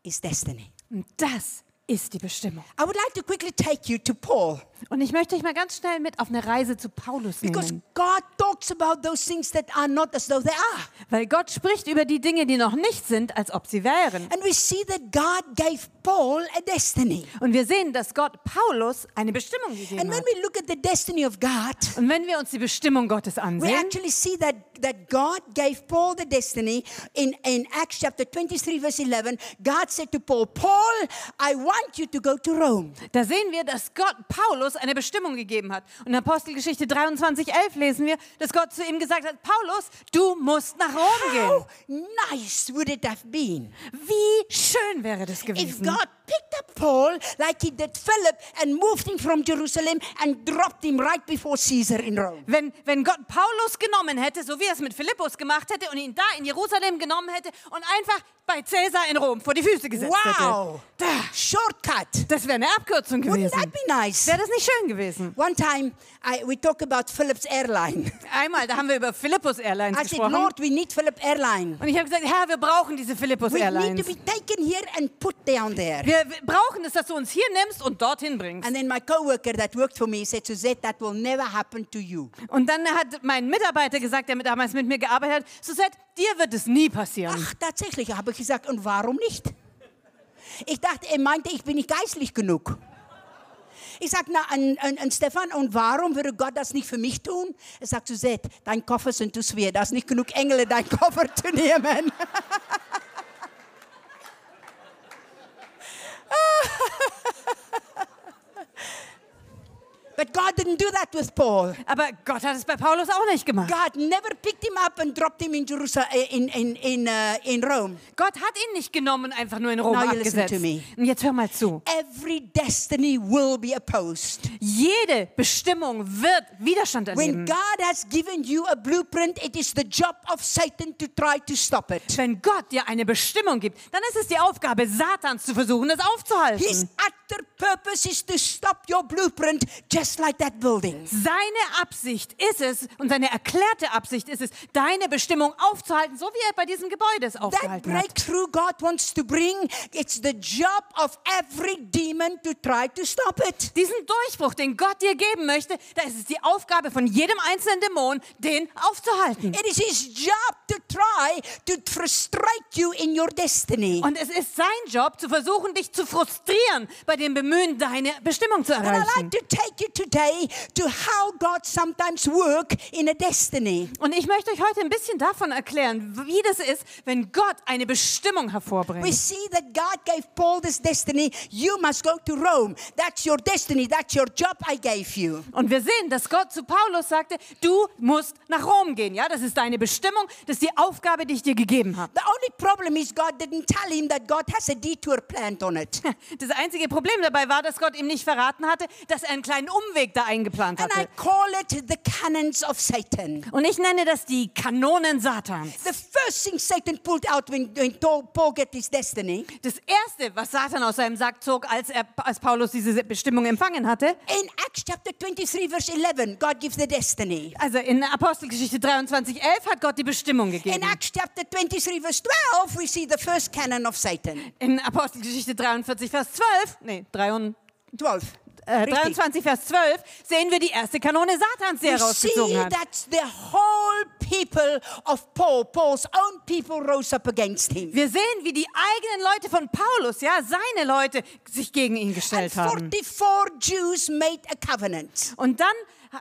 Speaker 1: is destiny.
Speaker 2: Und das ist die Bestimmung.
Speaker 1: I would like to quickly take you to Paul
Speaker 2: Und ich möchte euch mal ganz schnell mit auf eine Reise zu Paulus
Speaker 1: because
Speaker 2: nehmen.
Speaker 1: God talks about those things that are not as though they are.
Speaker 2: Weil Gott spricht über die Dinge, die noch nicht sind, als ob sie wären.
Speaker 1: And we see that God gave Paul a destiny.
Speaker 2: Und wir sehen, dass Gott Paulus eine Bestimmung
Speaker 1: And
Speaker 2: gegeben
Speaker 1: when
Speaker 2: hat.
Speaker 1: we look at the destiny of God,
Speaker 2: Und wenn wir uns die Bestimmung Gottes
Speaker 1: we
Speaker 2: ansehen,
Speaker 1: actually see that, that God gave Paul the destiny in, in Acts chapter 23, verse 11. God said to Paul, Paul, I want you to go to Rome.
Speaker 2: Da sehen wir, dass Gott Paulus eine Bestimmung gegeben hat. Und in Apostelgeschichte 23, 11 lesen wir, dass Gott zu ihm gesagt hat, Paulus, du musst nach Rom gehen.
Speaker 1: How nice would it have been
Speaker 2: Wie schön wäre das
Speaker 1: if
Speaker 2: gewesen,
Speaker 1: God picked up Paul like he did Philip and moved him from Jerusalem and dropped him right before Caesar in Rome?
Speaker 2: wenn, wenn Gott Paulus genommen hätte, so wie er es mit Philippus gemacht hätte und ihn da in Jerusalem genommen hätte und einfach bei Cäsar in Rom vor die Füße gesetzt
Speaker 1: Wow!
Speaker 2: hätte. Da,
Speaker 1: Shortcut!
Speaker 2: das wäre eine Abkürzung
Speaker 1: Wouldn't that
Speaker 2: gewesen.
Speaker 1: be nice?
Speaker 2: Wäre das nicht schön gewesen?
Speaker 1: One time I, we talk about Philip's airline.
Speaker 2: Einmal, da haben wir über Philippus Airlines
Speaker 1: I said,
Speaker 2: gesprochen.
Speaker 1: Lord, we need Philip airline.
Speaker 2: Und ich habe gesagt, Herr, wir brauchen diese Philippus
Speaker 1: We need to
Speaker 2: Airlines.
Speaker 1: be taken here and put down there.
Speaker 2: Wir wir brauchen es, dass du uns hier nimmst und dorthin bringst.
Speaker 1: And then my coworker that worked for me said, Suzette, that will never happen to you.
Speaker 2: Und dann hat mein Mitarbeiter gesagt, der mit- damals mit mir gearbeitet hat, Suzette, dir wird es nie passieren.
Speaker 1: Ach, tatsächlich, habe ich gesagt, und warum nicht? Ich dachte, er meinte, ich bin nicht geistlich genug. Ich sage, na, an, an, an Stefan, und warum würde Gott das nicht für mich tun? Er sagt, Suzette, dein Koffer sind zu schwer, da ist nicht genug Engel, dein Koffer zu nehmen. But God didn't do that with Paul.
Speaker 2: Aber Gott hat es bei Paulus auch nicht gemacht.
Speaker 1: God never picked him up and dropped him in Jerusalem, in, in, in, uh, in Rome.
Speaker 2: Gott hat ihn nicht genommen und einfach nur in Rom
Speaker 1: Now you listen
Speaker 2: abgesetzt.
Speaker 1: to me.
Speaker 2: Und jetzt hör mal zu.
Speaker 1: Every destiny will be opposed.
Speaker 2: Jede Bestimmung wird Widerstand
Speaker 1: When
Speaker 2: erleben.
Speaker 1: God has given you a blueprint, it is the job of Satan to try to stop it.
Speaker 2: Wenn Gott dir eine Bestimmung gibt, dann ist es die Aufgabe Satans zu versuchen, das aufzuhalten.
Speaker 1: His utter purpose is to stop your blueprint, just like that building.
Speaker 2: seine Absicht ist es und seine erklärte Absicht ist es, deine Bestimmung aufzuhalten, so wie er bei diesem Gebäude es
Speaker 1: That
Speaker 2: aufgehalten hat.
Speaker 1: breakthrough God wants to bring, it's the job of every demon to try to stop it.
Speaker 2: Diesen Durchbruch, den Gott dir geben möchte, da ist es die Aufgabe von jedem einzelnen Dämon, den aufzuhalten.
Speaker 1: It is his job to try to frustrate you in your destiny.
Speaker 2: Und es ist sein Job, zu versuchen, dich zu frustrieren bei dem Bemühen, deine Bestimmung zu
Speaker 1: And I'd like
Speaker 2: erreichen.
Speaker 1: to take you today to how God sometimes work in a destiny.
Speaker 2: Und ich möchte euch heute ein bisschen davon erklären, wie das ist, wenn Gott eine Bestimmung
Speaker 1: We
Speaker 2: hervorbringt.
Speaker 1: see that God gave Paul this destiny. You must go to Rome. That's your destiny. That's your job I gave you.
Speaker 2: Und wir sehen, dass Gott zu Paulus sagte, du musst nach Rom gehen. Ja, das ist deine Bestimmung, das ist die Aufgabe, die ich dir gegeben habe.
Speaker 1: The only problem is God didn't tell him that God has a detour planned on it.
Speaker 2: Das einzige Problem dabei war, dass Gott ihm nicht verraten hatte, dass er einen kleinen Umweg da eingeplant
Speaker 1: And I
Speaker 2: hatte.
Speaker 1: call it the cannons of Satan.
Speaker 2: Und ich nenne das die Kanonen Satans.
Speaker 1: The first thing Satan pulled out when, when Paul get his destiny,
Speaker 2: Das erste, was Satan aus seinem Sack zog, als, er, als Paulus diese Bestimmung empfangen hatte,
Speaker 1: in Acts chapter 23, verse 11, God gives the destiny.
Speaker 2: also in Apostelgeschichte 23, 11 hat Gott die Bestimmung
Speaker 1: In
Speaker 2: gegeben.
Speaker 1: Acts chapter 23, verse 12, we see the first cannon of Satan.
Speaker 2: In Apostelgeschichte 43, Vers 12, nee, 23,
Speaker 1: 12.
Speaker 2: äh,
Speaker 1: Richtig.
Speaker 2: 23, Vers 12, sehen wir die erste Kanone Satans, die er
Speaker 1: We see
Speaker 2: rausgezogen hat.
Speaker 1: that the whole people of Paul, Paul's own people, rose up against him.
Speaker 2: Wir sehen, wie die eigenen Leute von Paulus, ja, seine Leute, sich gegen ihn
Speaker 1: And
Speaker 2: gestellt haben.
Speaker 1: 44 Jews made a covenant.
Speaker 2: Und dann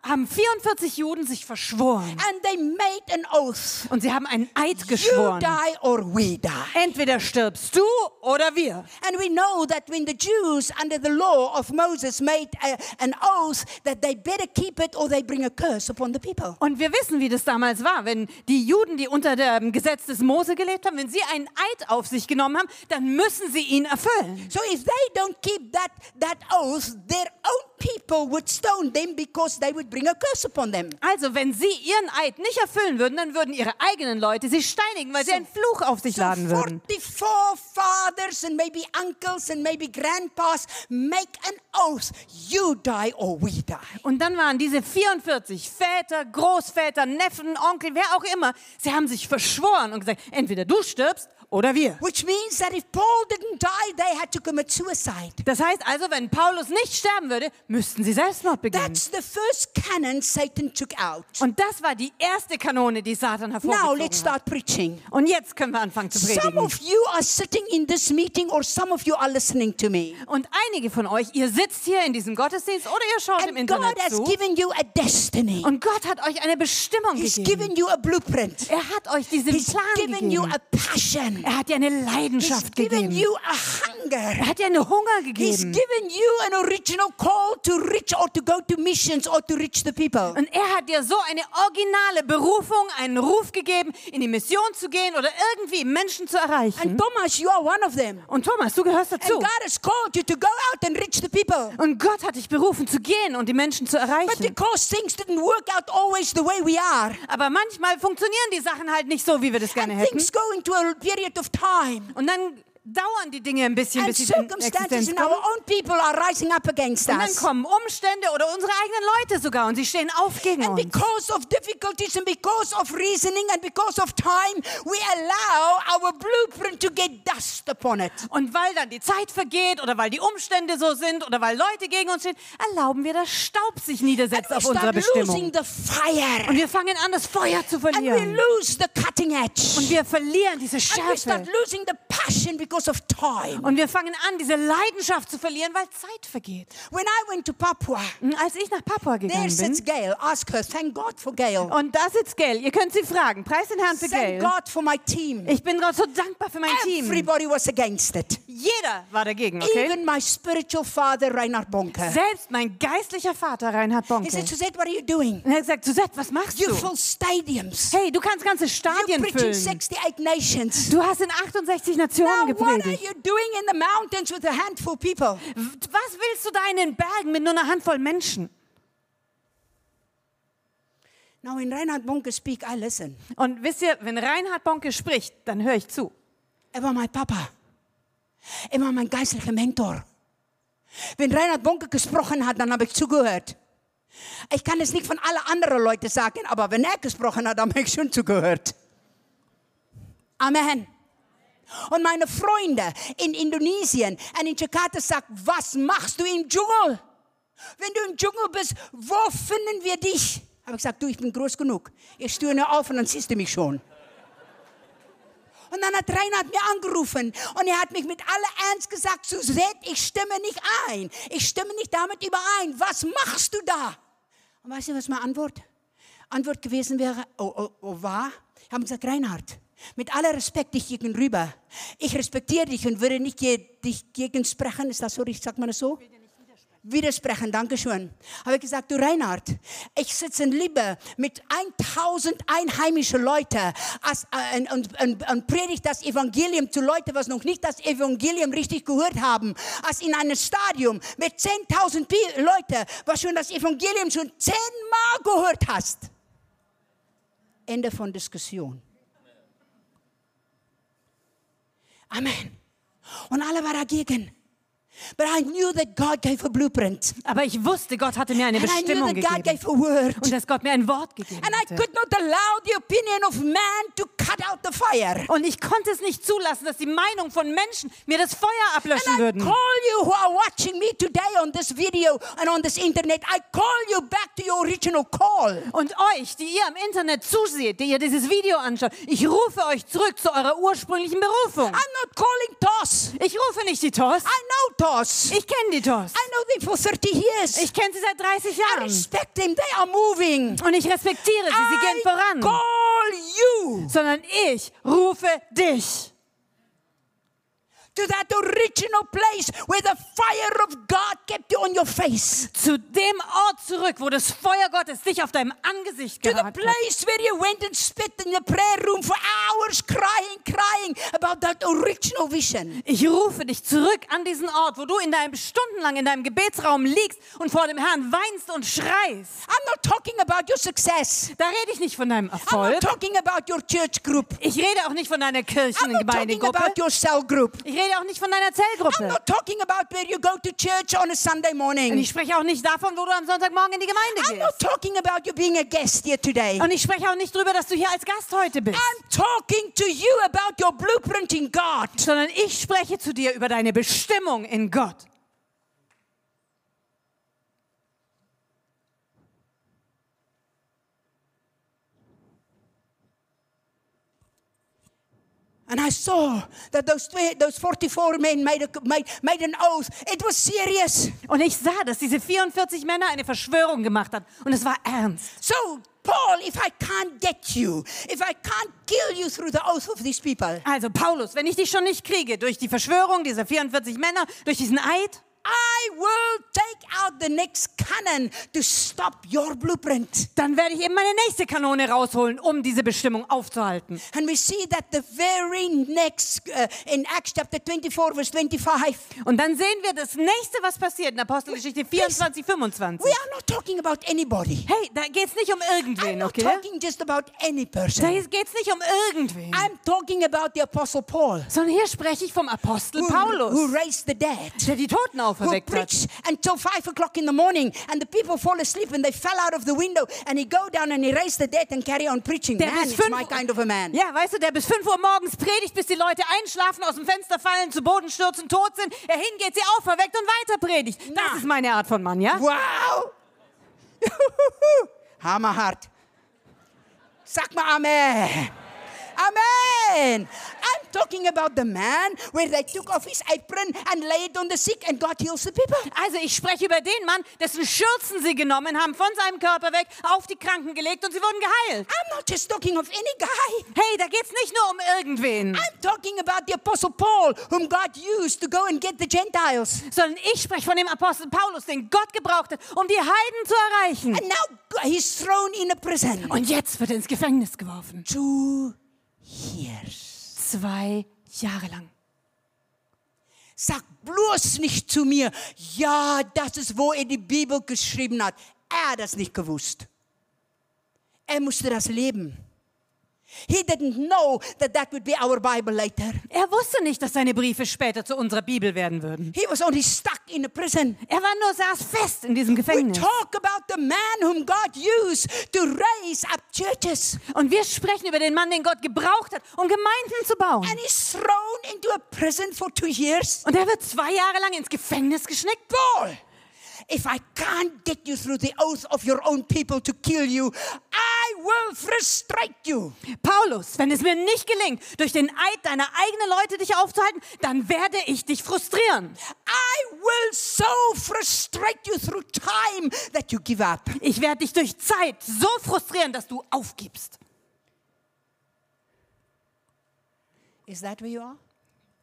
Speaker 2: haben 44 Juden sich verschworen.
Speaker 1: And they made an oath.
Speaker 2: Und sie haben einen Eid
Speaker 1: You
Speaker 2: geschworen.
Speaker 1: die or we die.
Speaker 2: Entweder stirbst du oder wir.
Speaker 1: And we know that when the Jews, under the law of Moses, made a, an oath that they better keep it or they bring a curse upon the people.
Speaker 2: Und wir wissen, wie das damals war. Wenn die Juden, die unter dem Gesetz des Mose gelebt haben, wenn sie einen Eid auf sich genommen haben, dann müssen sie ihn erfüllen.
Speaker 1: So if they don't keep that, that oath, their own people would stone them because they would bring a curse upon them.
Speaker 2: Also, wenn sie ihren Eid nicht erfüllen würden, dann würden ihre eigenen Leute sie steinigen, weil sie einen Fluch auf sich
Speaker 1: So
Speaker 2: laden würden.
Speaker 1: 44 fathers and maybe uncles and maybe grandpas make an oath you die or we die.
Speaker 2: Und dann waren diese 44 Väter, Großväter, Neffen, Onkel, wer auch immer, sie haben sich verschworen und gesagt, entweder du stirbst oder wir.
Speaker 1: Which means that if Paul didn't die, they had to commit suicide.
Speaker 2: Das heißt also, wenn Paulus nicht sterben würde, müssten sie Selbstmord begehen.
Speaker 1: That's the first cannon Satan took out.
Speaker 2: Und das war die erste Kanone, die Satan
Speaker 1: Now
Speaker 2: hervorgezogen
Speaker 1: let's
Speaker 2: hat.
Speaker 1: start preaching.
Speaker 2: Und jetzt können wir anfangen zu
Speaker 1: Some
Speaker 2: predigen.
Speaker 1: of you are sitting in this meeting or some of you are listening to me.
Speaker 2: Und einige von euch, ihr sitzt hier in diesem Gottesdienst oder ihr schaut im
Speaker 1: And God
Speaker 2: Internet
Speaker 1: has
Speaker 2: zu.
Speaker 1: given you a destiny.
Speaker 2: Und Gott hat euch eine Bestimmung
Speaker 1: He's
Speaker 2: gegeben.
Speaker 1: given you a blueprint.
Speaker 2: Er hat euch diesen
Speaker 1: He's
Speaker 2: Plan
Speaker 1: given you
Speaker 2: gegeben.
Speaker 1: a passion.
Speaker 2: Er hat dir eine
Speaker 1: He's
Speaker 2: Leidenschaft
Speaker 1: given
Speaker 2: gegeben.
Speaker 1: you a hunger.
Speaker 2: Er hat dir einen Hunger
Speaker 1: He's
Speaker 2: gegeben.
Speaker 1: given you an original call to reach or to go to missions or to reach the people.
Speaker 2: Und er hat dir so eine originale Berufung, einen Ruf gegeben, in die Mission zu gehen oder irgendwie Menschen zu erreichen.
Speaker 1: And Thomas, you are one of them.
Speaker 2: Und Thomas, du gehörst
Speaker 1: And
Speaker 2: dazu.
Speaker 1: God has called you to go out and reach the people.
Speaker 2: Und Gott hat dich berufen zu gehen und die Menschen zu
Speaker 1: But
Speaker 2: erreichen.
Speaker 1: because things didn't work out always the way we are,
Speaker 2: Aber manchmal funktionieren die Sachen halt nicht so, wie wir das gerne
Speaker 1: and
Speaker 2: hätten.
Speaker 1: things go into a period of time.
Speaker 2: Und dann dauern die Dinge ein bisschen,
Speaker 1: And
Speaker 2: bis sie in
Speaker 1: circumstances
Speaker 2: Existenz
Speaker 1: in
Speaker 2: kommen.
Speaker 1: our own people are rising up against
Speaker 2: Und dann
Speaker 1: us.
Speaker 2: kommen Umstände oder unsere eigenen Leute sogar und sie stehen auf gegen
Speaker 1: And
Speaker 2: uns.
Speaker 1: because of difficulties and because of reasoning and because of time, we allow our blueprint to get dust upon it.
Speaker 2: Und weil dann die Zeit vergeht oder weil die Umstände so sind oder weil Leute gegen uns stehen, erlauben wir, dass Staub sich
Speaker 1: And
Speaker 2: niedersetzt
Speaker 1: we
Speaker 2: auf unserer
Speaker 1: start losing
Speaker 2: Bestimmung.
Speaker 1: the
Speaker 2: Und
Speaker 1: fire.
Speaker 2: wir fangen an, das Feuer zu
Speaker 1: And we
Speaker 2: verlieren.
Speaker 1: lose the cutting edge.
Speaker 2: Und wir verlieren diese
Speaker 1: And we
Speaker 2: Schärfe.
Speaker 1: start losing the passion because of time.
Speaker 2: Und wir fangen an, diese Leidenschaft zu verlieren, weil Zeit vergeht.
Speaker 1: When I went to Papua,
Speaker 2: Und Als ich nach Papua
Speaker 1: there
Speaker 2: gegangen
Speaker 1: sits
Speaker 2: bin,
Speaker 1: Gail. Ask her. Thank God for Gail.
Speaker 2: und da sitzt Gail, ihr könnt sie fragen, preis den Herrn für
Speaker 1: Thank
Speaker 2: Oh, Gail.
Speaker 1: God for my team.
Speaker 2: Ich bin Gott so dankbar für mein Team.
Speaker 1: Everybody was against it.
Speaker 2: Jeder war dagegen, okay?
Speaker 1: Even my spiritual father, Reinhard Bonke.
Speaker 2: Selbst mein geistlicher Vater Reinhard
Speaker 1: He
Speaker 2: Bonke.
Speaker 1: said, Suzette, what are you doing?
Speaker 2: Und er hat gesagt, Suzette, was machst
Speaker 1: You
Speaker 2: du?
Speaker 1: full stadiums.
Speaker 2: Hey, du kannst ganze
Speaker 1: You
Speaker 2: Stadien
Speaker 1: preach in
Speaker 2: füllen.
Speaker 1: 68 nations.
Speaker 2: Du hast in 68 Nationen
Speaker 1: Now, what are
Speaker 2: gepredigt.
Speaker 1: you doing in the mountains with a handful of people?
Speaker 2: Was willst du da in den Bergen mit nur einer Handvoll Menschen?
Speaker 1: Now, when Reinhard Bonke speak, I listen.
Speaker 2: Und wisst ihr, wenn Reinhard Bonke spricht, dann höre ich zu.
Speaker 1: Er war mein Papa. Er war mein geistlicher Mentor. Wenn Reinhard Bonke gesprochen hat, dann habe ich zugehört. Ich kann es nicht von alle anderen Leuten sagen, aber wenn er gesprochen hat, dann habe ich schon zugehört. Amen. Und meine Freunde in Indonesien und in Jakarta sagen, was machst du im Dschungel? Wenn du im Dschungel bist, wo finden wir dich? Habe ich gesagt, du, ich bin groß genug. Ich stöhne auf und dann siehst du mich schon. Und dann hat Reinhard mir angerufen und er hat mich mit aller Ernst gesagt, Suzette, ich stimme nicht ein. Ich stimme nicht damit überein. Was machst du da? Und weißt du, was meine Antwort? Antwort gewesen wäre, oh, oh, oh war? Ich habe gesagt, Reinhard, mit aller Respekt dich gegenüber, ich respektiere dich und würde nicht je, dich gegen sprechen. Ist das so richtig? Sagt man das so? widersprechen. Dankeschön. Habe ich gesagt, du Reinhard, ich sitze in Liebe mit 1000 einheimischen Leuten als, äh, und, und, und, und predige das Evangelium zu Leuten, was noch nicht das Evangelium richtig gehört haben. Als in einem Stadium mit 10.000 Pi- Leuten, was schon das Evangelium schon zehnmal gehört hast. Ende von Diskussion. Amen. Und alle waren dagegen. But I knew that God gave a blueprint.
Speaker 2: Aber ich wusste, Gott hatte mir eine
Speaker 1: And I knew
Speaker 2: Bestimmung
Speaker 1: that God
Speaker 2: gegeben.
Speaker 1: gave a word.
Speaker 2: Und dass Gott mir ein Wort gegeben
Speaker 1: And I
Speaker 2: hatte.
Speaker 1: could not allow the opinion of man to cut out the fire.
Speaker 2: Und ich konnte es nicht zulassen, dass die Meinung von Menschen mir das Feuer ablöschen
Speaker 1: And I
Speaker 2: würden.
Speaker 1: call you who are watching me today on this video and on this internet. I call you back to your original call.
Speaker 2: Und euch, die ihr im Internet zuseht, die ihr dieses Video anschaut, ich rufe euch zurück zu eurer ursprünglichen Berufung.
Speaker 1: I'm not calling Toss.
Speaker 2: Ich rufe nicht die TOS.
Speaker 1: I know Toss.
Speaker 2: Ich kenne die TOS.
Speaker 1: I know them for 30 years.
Speaker 2: Ich kenne sie seit 30
Speaker 1: I
Speaker 2: Jahren.
Speaker 1: respect them. They are moving.
Speaker 2: Und ich respektiere sie. Sie gehen
Speaker 1: I
Speaker 2: voran.
Speaker 1: call you
Speaker 2: Sondern ich rufe dich.
Speaker 1: to that original place where the fire of God kept you on your face.
Speaker 2: zu dem Ort zurück, wo das Feuer Gottes dich auf deinem Angesicht
Speaker 1: to the
Speaker 2: gehakt hat.
Speaker 1: place where you went and spit in the prayer room for hours, crying, crying about that original vision.
Speaker 2: Ich rufe dich zurück an diesen Ort, wo du in deinem stundenlang in deinem Gebetsraum liegst und vor dem Herrn weinst und schreist.
Speaker 1: I'm not talking about your success.
Speaker 2: Da rede ich nicht von deinem
Speaker 1: I'm
Speaker 2: Erfolg.
Speaker 1: not talking about your church group.
Speaker 2: Ich rede auch nicht von deiner
Speaker 1: I'm not talking
Speaker 2: Kirchengemeindegruppe.
Speaker 1: about your cell group.
Speaker 2: Ich rede auch nicht von deiner
Speaker 1: I'm
Speaker 2: Zellgruppe.
Speaker 1: not talking about where you go to church on a Sunday
Speaker 2: Und
Speaker 1: morning.
Speaker 2: ich spreche auch nicht davon, wo du am Sonntagmorgen in die
Speaker 1: I'm
Speaker 2: Gemeinde
Speaker 1: not
Speaker 2: gehst.
Speaker 1: talking about you being a guest here today.
Speaker 2: Und ich spreche auch nicht darüber, dass du hier als Gast heute bist.
Speaker 1: I'm talking to you about your blueprint in God.
Speaker 2: Sondern ich spreche zu dir über deine Bestimmung in Gott.
Speaker 1: And I saw that those, three, those 44 men made, a, made, made an oath. It was serious.
Speaker 2: Und ich sah, dass diese 44 Männer eine Verschwörung gemacht haben. Und es war ernst.
Speaker 1: So, Paul, if I can't get you, if I can't kill you through the oath of these people,
Speaker 2: Also, Paulus, wenn ich dich schon nicht kriege durch die Verschwörung dieser 44 Männer, durch diesen Eid,
Speaker 1: I will take out the next cannon to stop your blueprint.
Speaker 2: dann werde ich eben meine nächste Kanone rausholen, um diese Bestimmung aufzuhalten.
Speaker 1: And we see that the very next, uh, in Acts chapter 24, verse 25,
Speaker 2: Und dann sehen wir das nächste, was passiert in Apostelgeschichte 24, 25.
Speaker 1: we are not talking about anybody.
Speaker 2: Hey, da geht's nicht um
Speaker 1: I'm
Speaker 2: irgendwen,
Speaker 1: not
Speaker 2: okay?
Speaker 1: talking just about any
Speaker 2: Da
Speaker 1: person.
Speaker 2: geht's nicht um irgendwen.
Speaker 1: I'm talking about the Apostle Paul,
Speaker 2: Sondern hier spreche ich vom Apostel
Speaker 1: who,
Speaker 2: Paulus,
Speaker 1: who raised the dead.
Speaker 2: der die Toten
Speaker 1: who
Speaker 2: auferweckt hat.
Speaker 1: preached until five o'clock in the morning, and the people fall asleep and they fell out of the window, and he go down and he raised the dead and carry on preaching.
Speaker 2: Der
Speaker 1: man,
Speaker 2: bis
Speaker 1: it's
Speaker 2: fünf
Speaker 1: my
Speaker 2: Uhr-
Speaker 1: kind of a man.
Speaker 2: Ja, weißt du, der bis 5 Uhr morgens predigt, bis die Leute einschlafen, aus dem Fenster fallen, zu Boden stürzen, tot sind. Er hingeht, sie auferweckt und weiter predigt. Das
Speaker 1: Na.
Speaker 2: ist meine Art von Mann, ja?
Speaker 1: Wow! Hammerhart. Sag mal Amen. Amen. I'm talking about the man where they took off his apron and laid on the sick and God heals the people.
Speaker 2: Also ich spreche über den Mann, dessen Schürzen sie genommen haben, von seinem Körper weg, auf die Kranken gelegt und sie wurden geheilt.
Speaker 1: I'm not just talking of any guy.
Speaker 2: Hey, da geht's nicht nur um irgendwen,
Speaker 1: I'm talking about the apostle Paul whom God used to go and get the Gentiles.
Speaker 2: sondern ich spreche von dem Apostel Paulus, den Gott gebraucht hat, um die Heiden zu erreichen.
Speaker 1: And now go- he's thrown in a prison.
Speaker 2: Und jetzt wird er ins Gefängnis geworfen.
Speaker 1: Two years.
Speaker 2: Zwei Jahre lang.
Speaker 1: Sag bloß nicht zu mir, ja, das ist, wo er die Bibel geschrieben hat. Er hat das nicht gewusst. Er musste das leben. He didn't know that that would be our Bible later.
Speaker 2: Er wusste nicht, dass seine Briefe später zu unserer Bibel werden würden.
Speaker 1: He was only stuck in a prison.
Speaker 2: Er war nur saß fest in diesem
Speaker 1: We
Speaker 2: Gefängnis.
Speaker 1: talk about the man whom God used to raise up churches.
Speaker 2: Und wir sprechen über den Mann, den Gott gebraucht hat, um Gemeinden zu bauen.
Speaker 1: And he's thrown into a prison for two years.
Speaker 2: Und er wird zwei Jahre lang ins Gefängnis geschnickt.
Speaker 1: Paul, if I can't get you through the oath of your own people to kill you, I will frustrate you.
Speaker 2: Paulus, wenn es mir nicht gelingt, durch den Eid deiner eigenen Leute dich aufzuhalten, dann werde ich dich frustrieren.
Speaker 1: I will so frustrate you through time that you give up.
Speaker 2: Ich werde dich durch Zeit so frustrieren, dass du aufgibst.
Speaker 1: Is that where you are?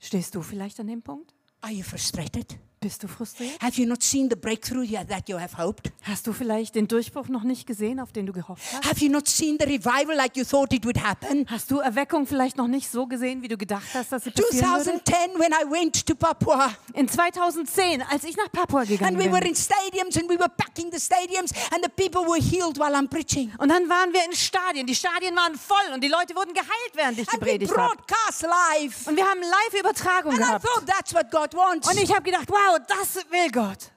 Speaker 2: Stehst du vielleicht an dem Punkt?
Speaker 1: Are you frustrated?
Speaker 2: Bist du frustriert?
Speaker 1: Have you not seen the breakthrough yet that you have hoped?
Speaker 2: Hast du vielleicht den Durchbruch noch nicht gesehen, auf den du gehofft hast?
Speaker 1: Have you not seen the revival like you thought it would happen?
Speaker 2: Hast du Erweckung vielleicht noch nicht so gesehen, wie du gedacht hast, dass sie passieren würde?
Speaker 1: 2010, when I went to Papua,
Speaker 2: In 2010, als ich nach Papua
Speaker 1: and
Speaker 2: gegangen
Speaker 1: we were
Speaker 2: bin.
Speaker 1: in stadiums and we were packing the stadiums, and the people were healed while I'm preaching.
Speaker 2: Und dann waren wir in Stadien. Die Stadien waren voll und die Leute wurden geheilt, während ich
Speaker 1: And we
Speaker 2: gepredigt habe.
Speaker 1: broadcast live.
Speaker 2: Und wir haben Live-Übertragung
Speaker 1: And I
Speaker 2: gehabt.
Speaker 1: thought that's what God wants.
Speaker 2: Und ich habe gedacht, wow, das will Gott.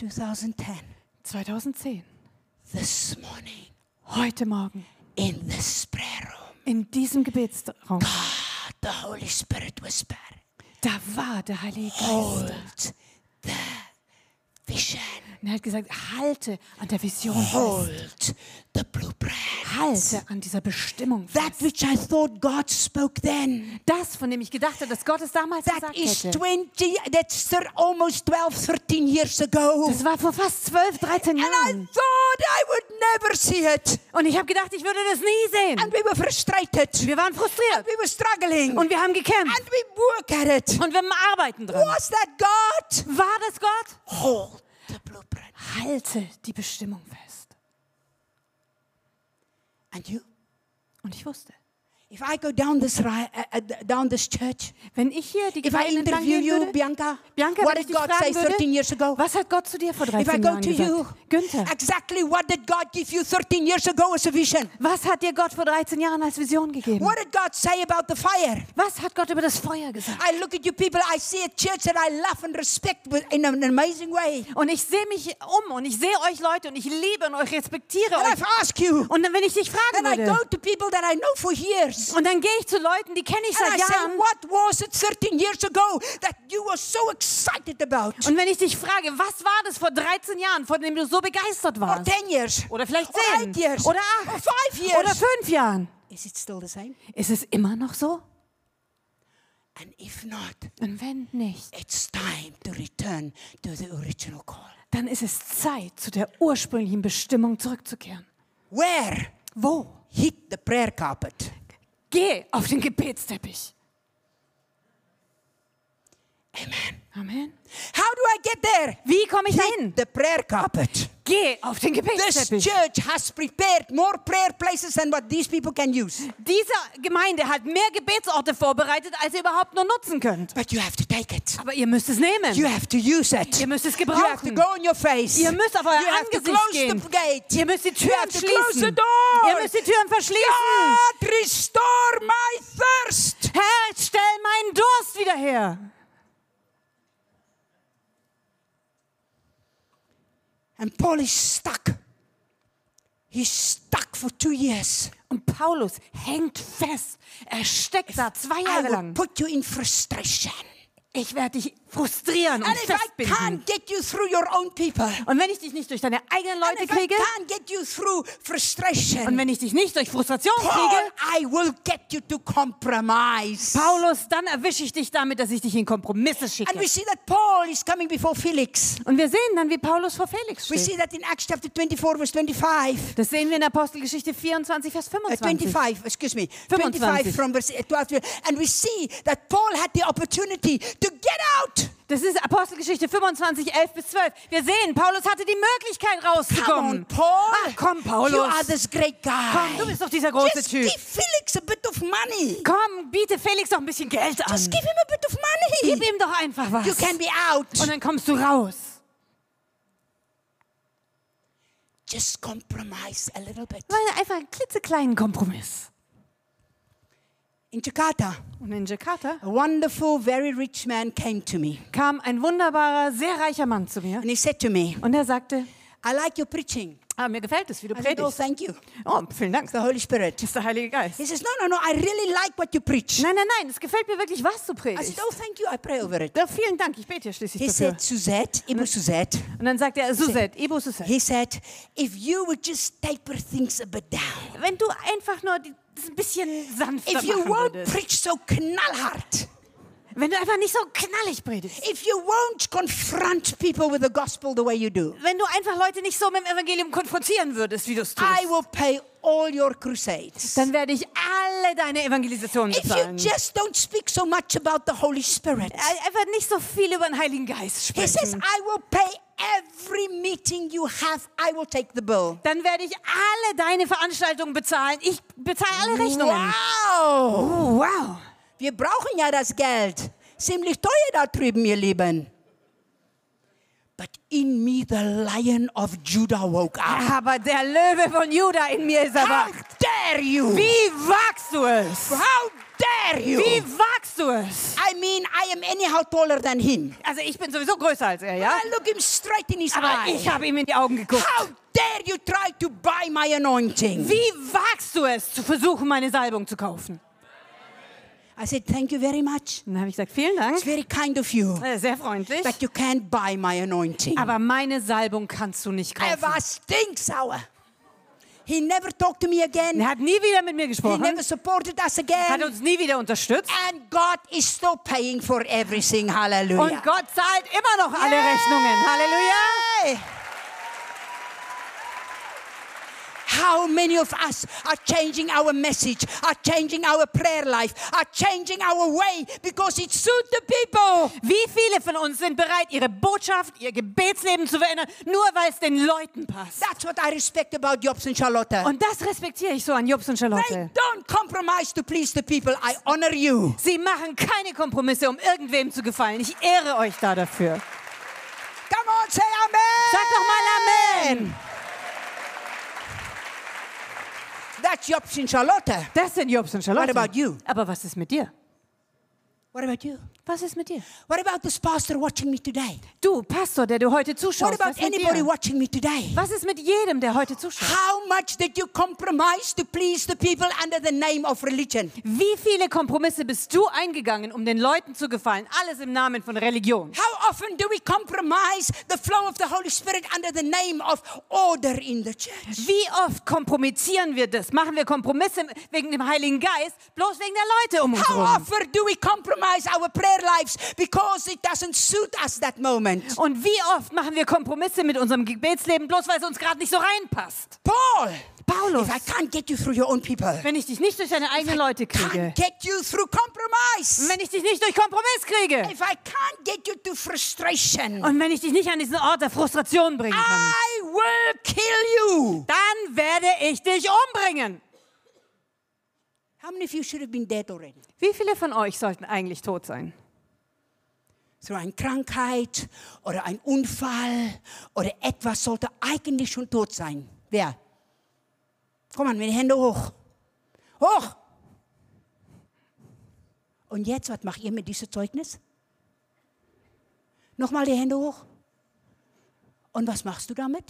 Speaker 1: 2010,
Speaker 2: 2010,
Speaker 1: this morning,
Speaker 2: heute Morgen,
Speaker 1: in this prayer room,
Speaker 2: in diesem Gebetsraum,
Speaker 1: the Holy Spirit whispered.
Speaker 2: da war der Heilige Geist.
Speaker 1: Hold the vision.
Speaker 2: Und er hat gesagt, halte an der Vision fest.
Speaker 1: Hold the blueprint.
Speaker 2: Halte an dieser Bestimmung
Speaker 1: That
Speaker 2: fest.
Speaker 1: which I thought God spoke then.
Speaker 2: Das, von dem ich gedacht habe, dass Gott es damals
Speaker 1: That
Speaker 2: gesagt
Speaker 1: is
Speaker 2: hätte.
Speaker 1: 20, that's thir- almost 12, 13 years ago.
Speaker 2: Das war vor fast 12, 13
Speaker 1: And I
Speaker 2: Jahren.
Speaker 1: thought I would never see it.
Speaker 2: Und ich habe gedacht, ich würde das nie
Speaker 1: And
Speaker 2: sehen.
Speaker 1: we were frustrated.
Speaker 2: Wir waren frustriert
Speaker 1: We were struggling.
Speaker 2: und wir haben gekämpft
Speaker 1: And we work at it.
Speaker 2: und wir arbeiten dran.
Speaker 1: Was that God?
Speaker 2: War das Gott?
Speaker 1: Hold the blueprint.
Speaker 2: Halte die Bestimmung fest.
Speaker 1: And you?
Speaker 2: Und ich wusste,
Speaker 1: If I go down this, ri- uh, uh, down this church,
Speaker 2: wenn ich hier die
Speaker 1: If I
Speaker 2: Gemeinden entlang
Speaker 1: interview
Speaker 2: gehen
Speaker 1: you,
Speaker 2: würde,
Speaker 1: Bianca,
Speaker 2: Bianca,
Speaker 1: what
Speaker 2: wenn ich
Speaker 1: did
Speaker 2: dich
Speaker 1: God say
Speaker 2: fragen
Speaker 1: 13 years
Speaker 2: würde,
Speaker 1: ago?
Speaker 2: was hat Gott zu dir vor
Speaker 1: If I
Speaker 2: 13
Speaker 1: go
Speaker 2: Jahren
Speaker 1: to you,
Speaker 2: gesagt? Günther,
Speaker 1: exactly what did God give you 13 years ago as a vision?
Speaker 2: was hat dir Gott vor 13 Jahren als Vision gegeben?
Speaker 1: What did God say about the fire?
Speaker 2: Was hat Gott über das Feuer gesagt?
Speaker 1: I look at you people, I see a church that I love and respect with- in an amazing way.
Speaker 2: Und ich sehe mich um und ich sehe euch Leute und ich liebe und euch respektiere
Speaker 1: And
Speaker 2: euch.
Speaker 1: I've asked you,
Speaker 2: Und dann, wenn ich dich fragen
Speaker 1: and I go
Speaker 2: würde,
Speaker 1: to people that I know for years.
Speaker 2: und dann gehe ich zu Leuten, die kenne ich
Speaker 1: And I
Speaker 2: seit
Speaker 1: say,
Speaker 2: Jahren.
Speaker 1: what was it 13 years ago that you were so excited about?
Speaker 2: Und wenn ich dich frage, was war das vor 13 Jahren, von dem du so begeistert
Speaker 1: Or
Speaker 2: warst?
Speaker 1: 10 years?
Speaker 2: Oder vielleicht
Speaker 1: Or
Speaker 2: 10?
Speaker 1: 8 years?
Speaker 2: Oder
Speaker 1: Or
Speaker 2: 8?
Speaker 1: 5
Speaker 2: Oder
Speaker 1: years?
Speaker 2: 5 Jahren?
Speaker 1: Is it still the same?
Speaker 2: Ist es immer noch so?
Speaker 1: And if not,
Speaker 2: Und wenn nicht,
Speaker 1: it's time to return to the original call.
Speaker 2: dann ist es Zeit, zu der ursprünglichen Bestimmung zurückzukehren.
Speaker 1: Where?
Speaker 2: Wo?
Speaker 1: Hit the prayer carpet.
Speaker 2: Geh auf den Gebetsteppich. Amen. Amen.
Speaker 1: How do I get there?
Speaker 2: Wie komme ich dahin?
Speaker 1: The prayer carpet.
Speaker 2: Geh auf den
Speaker 1: This
Speaker 2: Gebetsteppich.
Speaker 1: church has prepared more prayer places than what these people can use.
Speaker 2: Diese Gemeinde hat mehr Gebetsorte vorbereitet, als ihr überhaupt nur nutzen könnt.
Speaker 1: But you have to take it.
Speaker 2: Aber ihr müsst es nehmen.
Speaker 1: You have to use it.
Speaker 2: Ihr müsst es
Speaker 1: You have to
Speaker 2: gebrauchen.
Speaker 1: go on your face.
Speaker 2: Ihr müsst auf euer
Speaker 1: you have to
Speaker 2: Angesicht
Speaker 1: close
Speaker 2: gehen.
Speaker 1: the gate.
Speaker 2: Ihr müsst die
Speaker 1: You have
Speaker 2: Türen
Speaker 1: to close the
Speaker 2: schließen.
Speaker 1: door.
Speaker 2: Ihr müsst die Türen verschließen.
Speaker 1: God, restore my thirst.
Speaker 2: Herr, stell meinen Durst wieder her.
Speaker 1: And Paul is stuck. He's stuck for two years.
Speaker 2: Und Paulus hängt fest. Er steckt da zwei
Speaker 1: I
Speaker 2: Jahre
Speaker 1: will
Speaker 2: lang.
Speaker 1: put you in frustration.
Speaker 2: Ich werde dich frustrieren und
Speaker 1: And if I
Speaker 2: festbinden.
Speaker 1: can't get you through your own people,
Speaker 2: Und wenn ich dich nicht durch deine
Speaker 1: and
Speaker 2: eigenen Leute
Speaker 1: if I
Speaker 2: kriege
Speaker 1: can't get you through
Speaker 2: und
Speaker 1: frustration,
Speaker 2: wenn ich dich nicht durch Frustration
Speaker 1: Paul,
Speaker 2: kriege,
Speaker 1: I will get you to compromise.
Speaker 2: Paulus, dann erwische ich dich damit, dass ich dich in Kompromisse schicke.
Speaker 1: And we see that Paul is coming before Felix.
Speaker 2: Und wir sehen dann, wie Paulus vor Felix
Speaker 1: We
Speaker 2: steht.
Speaker 1: see that in Acts chapter 24, verse Uh, 25.
Speaker 2: Das sehen wir in Apostelgeschichte 24, Vers
Speaker 1: Uh,
Speaker 2: 25.
Speaker 1: 25, excuse me, 25
Speaker 2: 25.
Speaker 1: from verse uh, 12. to- And we see that Paul had the opportunity to get out.
Speaker 2: Das ist Apostelgeschichte 25, 11 bis 12. Wir sehen, Paulus hatte die Möglichkeit
Speaker 1: Come on,
Speaker 2: rauszukommen.
Speaker 1: Paul.
Speaker 2: Ah, komm, Paulus.
Speaker 1: You are this great guy.
Speaker 2: Komm, du bist doch dieser große
Speaker 1: Just
Speaker 2: Typ.
Speaker 1: give Felix a bit of money.
Speaker 2: Komm, biete Felix doch ein bisschen Geld an.
Speaker 1: Just give him a bit of
Speaker 2: Gib
Speaker 1: money.
Speaker 2: ihm doch einfach was.
Speaker 1: You can be out.
Speaker 2: Und dann kommst du raus.
Speaker 1: Just compromise a little bit.
Speaker 2: Weil einfach einen klitzekleinen Kompromiss.
Speaker 1: In Jakarta,
Speaker 2: Und in Jakarta
Speaker 1: a wonderful, very rich man came to me
Speaker 2: kam ein wunderbarer, sehr reicher Mann zu mir.
Speaker 1: and he said to me,
Speaker 2: Und er sagte,
Speaker 1: I like your preaching.
Speaker 2: ah, mir gefällt es, wie du
Speaker 1: I said, Oh,
Speaker 2: predigst.
Speaker 1: thank you.
Speaker 2: Oh, vielen Dank.
Speaker 1: The Holy Spirit.
Speaker 2: Das ist der Heilige Geist.
Speaker 1: He says, No, no, no, I really like what you preach.
Speaker 2: Nein, nein, nein, es gefällt mir wirklich, was du
Speaker 1: I said,
Speaker 2: predigst.
Speaker 1: Oh, thank you. I pray over it.
Speaker 2: Ja, vielen Dank, ich bete ja schließlich
Speaker 1: He
Speaker 2: dafür.
Speaker 1: said, Suzette, Ibu Suzette,
Speaker 2: Und dann sagt er, Suzette, Ibu Suzette,
Speaker 1: he said, if you would just taper things a bit down,
Speaker 2: wenn du einfach nur die, das ein bisschen sanfter
Speaker 1: if you
Speaker 2: machen
Speaker 1: won't
Speaker 2: würdest,
Speaker 1: preach so knallhart,
Speaker 2: wenn du einfach nicht so knallig predigst,
Speaker 1: if you won't confront people with the gospel the way you do,
Speaker 2: wenn du einfach Leute nicht so mit dem Evangelium konfrontieren würdest, wie du es
Speaker 1: I
Speaker 2: tust,
Speaker 1: will pay all your crusades.
Speaker 2: dann werde ich alle deine Evangelisationen
Speaker 1: If you
Speaker 2: bezahlen.
Speaker 1: just don't speak so much about the Holy Spirit,
Speaker 2: Ein- Einfach nicht so viel über den Heiligen Geist
Speaker 1: he says,
Speaker 2: sprechen.
Speaker 1: I will pay every meeting you have, I will take the bill.
Speaker 2: Dann werde ich alle deine Veranstaltungen bezahlen. Ich bezahle alle Rechnungen.
Speaker 1: Wow!
Speaker 2: Oh, wow.
Speaker 1: Wir brauchen ja das Geld. Ziemlich teuer da drüben, ihr Lieben. But in me the lion of Judah woke up.
Speaker 2: Ah, Aber der Löwe von Juda in mir ist
Speaker 1: How
Speaker 2: erwacht.
Speaker 1: dare you!
Speaker 2: Wie wagst du es?
Speaker 1: How dare you!
Speaker 2: Wie wagst du es?
Speaker 1: I mean, I am anyhow taller than him.
Speaker 2: Also ich bin sowieso größer als er, ja?
Speaker 1: I look him straight in his
Speaker 2: Aber ich
Speaker 1: eye.
Speaker 2: habe ihm in die Augen geguckt.
Speaker 1: How dare you try to buy my anointing?
Speaker 2: Wie wagst du es, zu versuchen, meine Salbung zu kaufen?
Speaker 1: I said, thank you very much.
Speaker 2: Und dann habe ich gesagt, vielen
Speaker 1: It's
Speaker 2: Dank.
Speaker 1: very kind of you.
Speaker 2: Äh, Sehr freundlich.
Speaker 1: But you can't buy my anointing.
Speaker 2: Aber meine Salbung kannst du nicht
Speaker 1: I
Speaker 2: kaufen.
Speaker 1: was stinksauer. He never talked to me again.
Speaker 2: Er hat nie wieder mit mir
Speaker 1: He
Speaker 2: gesprochen.
Speaker 1: never supported us again.
Speaker 2: Hat uns nie wieder unterstützt.
Speaker 1: And God is still paying for everything. Hallelujah.
Speaker 2: Und Gott zahlt immer noch alle Rechnungen. Halleluja.
Speaker 1: Yay! How many of us are changing our message, are changing our prayer life, are changing our way because it suits the people?
Speaker 2: Wie viele von uns sind bereit, ihre Botschaft, ihr Gebetsleben zu verändern, nur weil es den Leuten passt?
Speaker 1: That's what I respect about Jobs and Charlotte.
Speaker 2: Und das respektiere ich so an Jobs und
Speaker 1: They
Speaker 2: Charlotte.
Speaker 1: don't compromise to please the people. I honor you.
Speaker 2: Sie machen keine Kompromisse, um irgendwem zu gefallen. Ich ehre euch da dafür.
Speaker 1: Come on, say amen.
Speaker 2: Sag doch mal Amen.
Speaker 1: That's Jobs and Charlotte.
Speaker 2: Das sind Jobs und Charlotte.
Speaker 1: What about you?
Speaker 2: Aber was ist mit dir?
Speaker 1: What about you?
Speaker 2: Was ist mit dir?
Speaker 1: What about this pastor watching me today?
Speaker 2: Du, Pastor, der du heute
Speaker 1: What
Speaker 2: zuschaust, was,
Speaker 1: about
Speaker 2: mit
Speaker 1: anybody
Speaker 2: dir?
Speaker 1: watching me today?
Speaker 2: was ist mit jedem, der heute zuschaut?
Speaker 1: How much did you compromise to please the people under the name of religion?
Speaker 2: Wie viele Kompromisse bist du eingegangen, um den Leuten zu gefallen? Alles im Namen von Religion.
Speaker 1: How often do we compromise the flow of the Holy Spirit under the name of order in the church?
Speaker 2: Wie oft kompromittieren wir das? Machen wir Kompromisse wegen dem Heiligen Geist, bloß wegen der Leute um uns
Speaker 1: How
Speaker 2: herum?
Speaker 1: often do we compromise our prayer lives because it doesn't suit us that moment?
Speaker 2: Und wie oft machen wir Kompromisse mit unserem Gebetsleben, bloß weil es uns gerade nicht so reinpasst?
Speaker 1: Paul,
Speaker 2: Paulus,
Speaker 1: if I can't get you through your own people,
Speaker 2: wenn ich dich nicht durch deine eigenen Leute kriege,
Speaker 1: can't get you through compromise,
Speaker 2: wenn ich dich nicht durch Kompromiss kriege
Speaker 1: if I can't get you to frustration,
Speaker 2: und wenn ich dich nicht an diesen Ort der Frustration bringen kann,
Speaker 1: I will kill you.
Speaker 2: dann werde ich dich umbringen.
Speaker 1: How many of you should have been dead already?
Speaker 2: Wie viele von euch sollten eigentlich tot sein?
Speaker 1: Through eine Krankheit oder ein Unfall oder etwas sollte eigentlich schon tot sein. Wer? Komm an, mit den Händen hoch. Hoch! Und jetzt, was macht ihr mit diesem Zeugnis? Nochmal die Hände hoch. Und was machst du damit?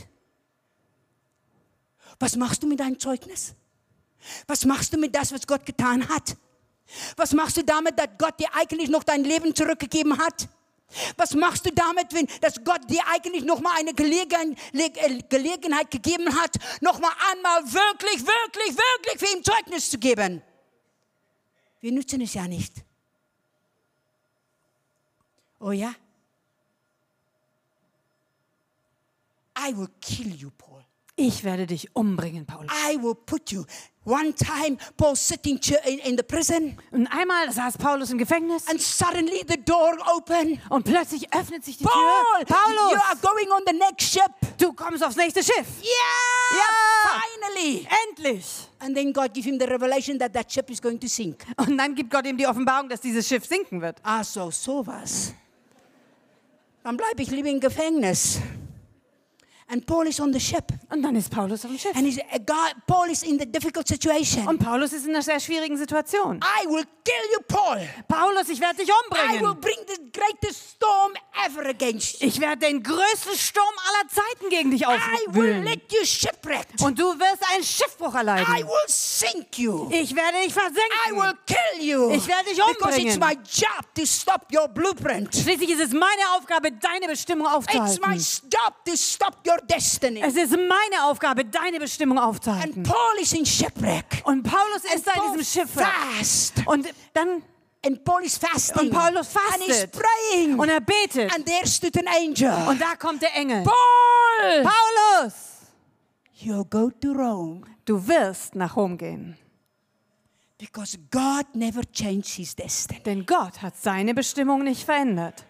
Speaker 1: Was machst du mit deinem Zeugnis? Was machst du mit das, was Gott getan hat? Was machst du damit, dass Gott dir eigentlich noch dein Leben zurückgegeben hat? Was machst du damit, wenn dass Gott dir eigentlich noch mal eine Gelegen, Le äh, Gelegenheit gegeben hat, noch mal einmal wirklich, wirklich, wirklich für ihm Zeugnis zu geben? Wir nutzen es ja nicht. Oh ja? I will kill you, Paul.
Speaker 2: Ich werde dich umbringen, Paulus.
Speaker 1: I will put you. One time, Paul sitting ch- in, in the prison,
Speaker 2: Und einmal saß Paulus im Gefängnis
Speaker 1: and suddenly the door opened.
Speaker 2: und plötzlich öffnet sich die
Speaker 1: Ah. Paul,
Speaker 2: Tür.
Speaker 1: you
Speaker 2: Paulus,
Speaker 1: are going on the next ship.
Speaker 2: du kommst aufs nächste Schiff.
Speaker 1: Yeah,
Speaker 2: Yeah.
Speaker 1: finally.
Speaker 2: Endlich.
Speaker 1: And then God give him the revelation that that ship is going to sink.
Speaker 2: Und dann gibt Gott ihm die Offenbarung, dass dieses Schiff sinken wird.
Speaker 1: Ah, so, sowas. Dann bleibe ich lieber im Gefängnis. And Paul is on the ship.
Speaker 2: Und dann ist Paulus auf dem Schiff.
Speaker 1: And he's, uh, God, Paul is in the difficult situation.
Speaker 2: Und Paulus ist in einer sehr schwierigen Situation.
Speaker 1: I will kill you, Paul.
Speaker 2: Paulus, ich werde dich
Speaker 1: Ah. I will
Speaker 2: umbringen.
Speaker 1: bring the greatest storm ever against you.
Speaker 2: Ich werde den größten Sturm aller Zeiten gegen dich
Speaker 1: I will
Speaker 2: aufwühlen.
Speaker 1: let you shipwrecked.
Speaker 2: Und du wirst einen Schiffbruch
Speaker 1: I
Speaker 2: erleiden.
Speaker 1: will sink you.
Speaker 2: Ich werde dich
Speaker 1: I will
Speaker 2: versenken.
Speaker 1: kill you.
Speaker 2: Ich werde dich
Speaker 1: Because it's
Speaker 2: umbringen.
Speaker 1: my job to stop your blueprint.
Speaker 2: Schließlich ist es meine Aufgabe, deine Bestimmung
Speaker 1: It's my
Speaker 2: aufzuhalten.
Speaker 1: job to stop your destiny.
Speaker 2: Es ist meine Aufgabe, deine Bestimmung
Speaker 1: And
Speaker 2: aufzuhalten.
Speaker 1: Paul is in shipwreck.
Speaker 2: Und Paulus ist da in
Speaker 1: Paul
Speaker 2: diesem Schiff.
Speaker 1: fast.
Speaker 2: Und dann,
Speaker 1: And Paul is fasting.
Speaker 2: Und Paulus
Speaker 1: And he's
Speaker 2: fastet.
Speaker 1: praying.
Speaker 2: und er betet.
Speaker 1: and there stood an angel.
Speaker 2: Und da kommt der Engel.
Speaker 1: Paul,
Speaker 2: Paulus,
Speaker 1: you go to Rome
Speaker 2: du wirst nach Rom gehen.
Speaker 1: because God never changed his destiny.
Speaker 2: Denn Gott hat seine Bestimmung nicht verändert.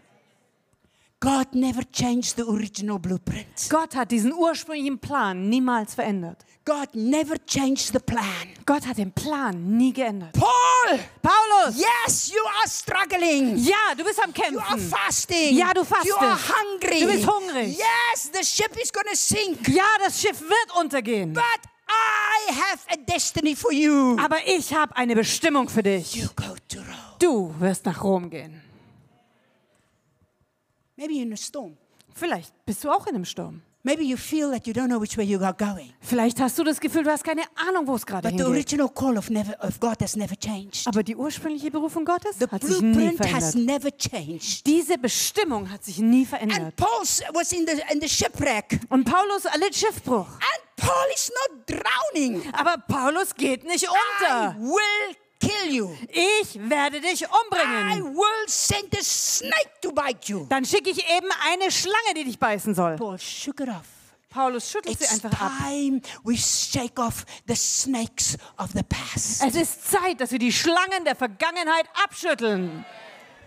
Speaker 1: God never changed the original blueprint.
Speaker 2: Gott hat diesen ursprünglichen Plan niemals verändert.
Speaker 1: God never changed the plan.
Speaker 2: Gott hat den Plan nie geändert.
Speaker 1: Paul,
Speaker 2: Paulus,
Speaker 1: yes, you are struggling.
Speaker 2: ja, du bist am
Speaker 1: You are
Speaker 2: Kämpfen.
Speaker 1: fasting.
Speaker 2: Ja, du
Speaker 1: You are
Speaker 2: fastest.
Speaker 1: hungry.
Speaker 2: Du bist hungrig.
Speaker 1: Yes, the ship is going to sink.
Speaker 2: Ja, das Schiff wird untergehen.
Speaker 1: But I have a destiny for you.
Speaker 2: Aber ich habe eine Bestimmung für dich.
Speaker 1: You go to Rome.
Speaker 2: Du wirst nach Rom gehen.
Speaker 1: Maybe you're in a storm.
Speaker 2: Vielleicht bist du auch in einem Sturm.
Speaker 1: Maybe you feel that you don't know which way you are going.
Speaker 2: Vielleicht hast du das Gefühl, du hast keine Ahnung, wo es gerade
Speaker 1: But the
Speaker 2: hingeht.
Speaker 1: original call of, never, of God has never changed.
Speaker 2: Aber die ursprüngliche Berufung Gottes
Speaker 1: The
Speaker 2: hat sich nie
Speaker 1: blueprint has
Speaker 2: verändert.
Speaker 1: never changed.
Speaker 2: Diese Bestimmung hat sich nie
Speaker 1: And
Speaker 2: verändert.
Speaker 1: Paul was in the, in the shipwreck. And
Speaker 2: Und Paulus erlitt Schiffbruch.
Speaker 1: Paul is not drowning.
Speaker 2: Aber Paulus geht nicht
Speaker 1: I
Speaker 2: unter.
Speaker 1: will kill you.
Speaker 2: Ich werde dich
Speaker 1: I
Speaker 2: umbringen.
Speaker 1: will send a snake to bite you.
Speaker 2: Dann schicke ich eben eine Schlange, die dich beißen soll.
Speaker 1: Paul shook it off.
Speaker 2: Paulus schüttelt sie
Speaker 1: It's
Speaker 2: einfach ab.
Speaker 1: time we shake off the snakes of the past.
Speaker 2: Es ist Zeit, dass wir die Schlangen der Vergangenheit abschütteln.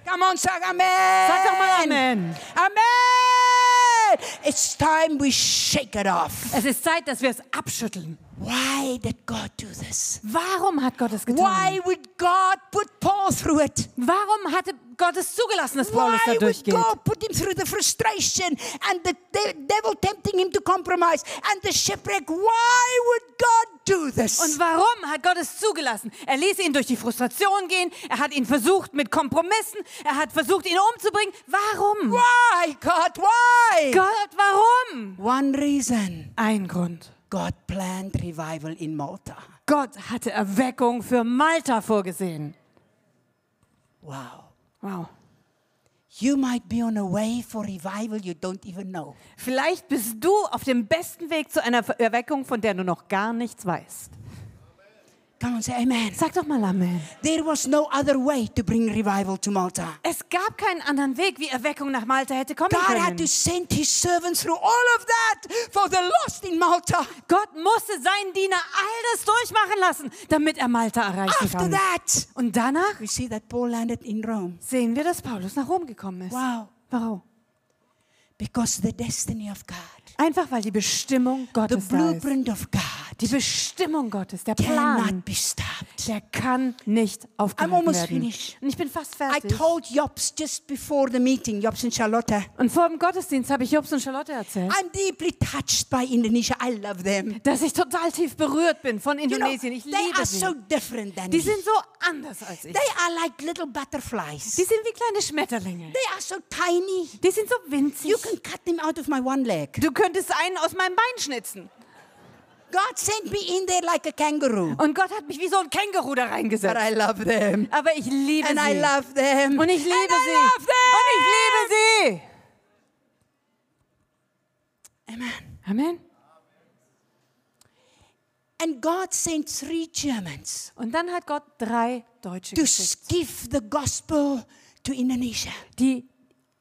Speaker 1: Come on, sag Amen.
Speaker 2: Sag doch mal Amen.
Speaker 1: Amen. It's time we shake it off.
Speaker 2: Es ist Zeit, dass wir es abschütteln.
Speaker 1: Why did God do this? Hmm.
Speaker 2: Warum hat Gott es getan?
Speaker 1: Why would God put Paul through it?
Speaker 2: Warum hatte Gott es zugelassen, dass
Speaker 1: Why
Speaker 2: Paulus da
Speaker 1: would
Speaker 2: durchgeht?
Speaker 1: God put him through the frustration and the de- devil tempting him to compromise and the shipwreck? Why would God do this?
Speaker 2: Und warum hat Gott es zugelassen? Er ließ ihn durch die Frustration gehen, er hat ihn versucht mit Kompromissen, er hat versucht, ihn umzubringen. Warum?
Speaker 1: Why, God? Why?
Speaker 2: Gott, warum?
Speaker 1: One reason.
Speaker 2: Ein Grund.
Speaker 1: God planned revival in Malta.
Speaker 2: Gott hatte Erweckung für Malta vorgesehen.
Speaker 1: Wow.
Speaker 2: Wow.
Speaker 1: You might be on a way for revival you don't even know.
Speaker 2: Vielleicht bist du auf dem besten Weg zu einer Erweckung, von der du noch gar nichts weißt.
Speaker 1: Come on, say amen.
Speaker 2: Sag doch mal Amen.
Speaker 1: There was no other way to bring revival to Malta.
Speaker 2: Es gab keinen anderen Weg, wie Erweckung nach Malta hätte kommen
Speaker 1: God had to
Speaker 2: können.
Speaker 1: send his servants through all of that for the lost in Malta.
Speaker 2: Gott musste seinen Diener all das durchmachen lassen, damit er Malta erreichen
Speaker 1: After
Speaker 2: kann.
Speaker 1: that,
Speaker 2: Und danach
Speaker 1: we see that Paul landed in Rome.
Speaker 2: sehen wir, dass Paulus nach Rom gekommen ist.
Speaker 1: Wow.
Speaker 2: Warum?
Speaker 1: Because the destiny of God,
Speaker 2: Einfach weil die Bestimmung
Speaker 1: the
Speaker 2: Gottes da ist.
Speaker 1: blueprint of God,
Speaker 2: Die Bestimmung Gottes, der Plan,
Speaker 1: cannot be stopped.
Speaker 2: der kann nicht
Speaker 1: I'm
Speaker 2: aufgehalten
Speaker 1: almost
Speaker 2: werden.
Speaker 1: finished.
Speaker 2: Und ich bin fast
Speaker 1: I
Speaker 2: fertig.
Speaker 1: told Jobs just before the meeting, Jobs and Charlotte,
Speaker 2: Und vor dem Gottesdienst habe ich Jobs und Charlotte erzählt,
Speaker 1: I'm deeply touched by Indonesia. I love them.
Speaker 2: dass ich total tief berührt bin von
Speaker 1: You know,
Speaker 2: Indonesien. Ich
Speaker 1: they
Speaker 2: liebe
Speaker 1: are
Speaker 2: sie.
Speaker 1: so different than
Speaker 2: Die
Speaker 1: me.
Speaker 2: sind so anders als ich.
Speaker 1: They are like little butterflies.
Speaker 2: Die sind wie kleine Schmetterlinge.
Speaker 1: They are so tiny.
Speaker 2: Die sind so
Speaker 1: You
Speaker 2: winzig.
Speaker 1: can cut them out of my one leg.
Speaker 2: Du könntest einen aus meinem Bein schnitzen.
Speaker 1: God sent me in there like a kangaroo.
Speaker 2: Und Gott hat mich wie so ein Känguru da
Speaker 1: But
Speaker 2: reingesetzt.
Speaker 1: I love them.
Speaker 2: Aber ich liebe
Speaker 1: And I
Speaker 2: sie.
Speaker 1: love them.
Speaker 2: Und ich liebe
Speaker 1: And I
Speaker 2: sie.
Speaker 1: love them.
Speaker 2: Und ich liebe
Speaker 1: Amen.
Speaker 2: sie. Amen.
Speaker 1: And God sent three Germans
Speaker 2: Und dann hat Gott drei Deutsche
Speaker 1: to
Speaker 2: geschickt,
Speaker 1: give the gospel to Indonesia.
Speaker 2: die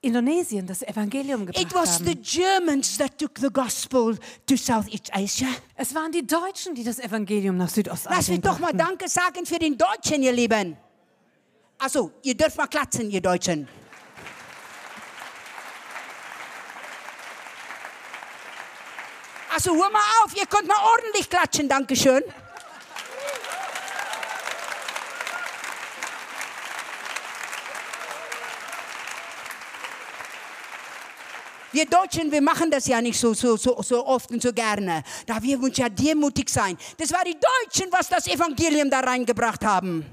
Speaker 2: Indonesien das Evangelium
Speaker 1: It
Speaker 2: gebracht
Speaker 1: was the
Speaker 2: haben.
Speaker 1: Germans that took the gospel to Southeast Asia.
Speaker 2: Es waren die Deutschen, die das Evangelium nach
Speaker 1: Lass mich
Speaker 2: Südostasien
Speaker 1: doch mal
Speaker 2: brachten.
Speaker 1: Danke sagen für den Deutschen, ihr Lieben. Also, ihr dürft mal klatschen, ihr Deutschen. Also, hör mal auf, ihr könnt mal ordentlich klatschen, Dankeschön. Wir Deutschen, wir machen das ja nicht so, so, so, so oft und so gerne. Da wir uns ja demütig sein. Das war die Deutschen, was das Evangelium da reingebracht haben.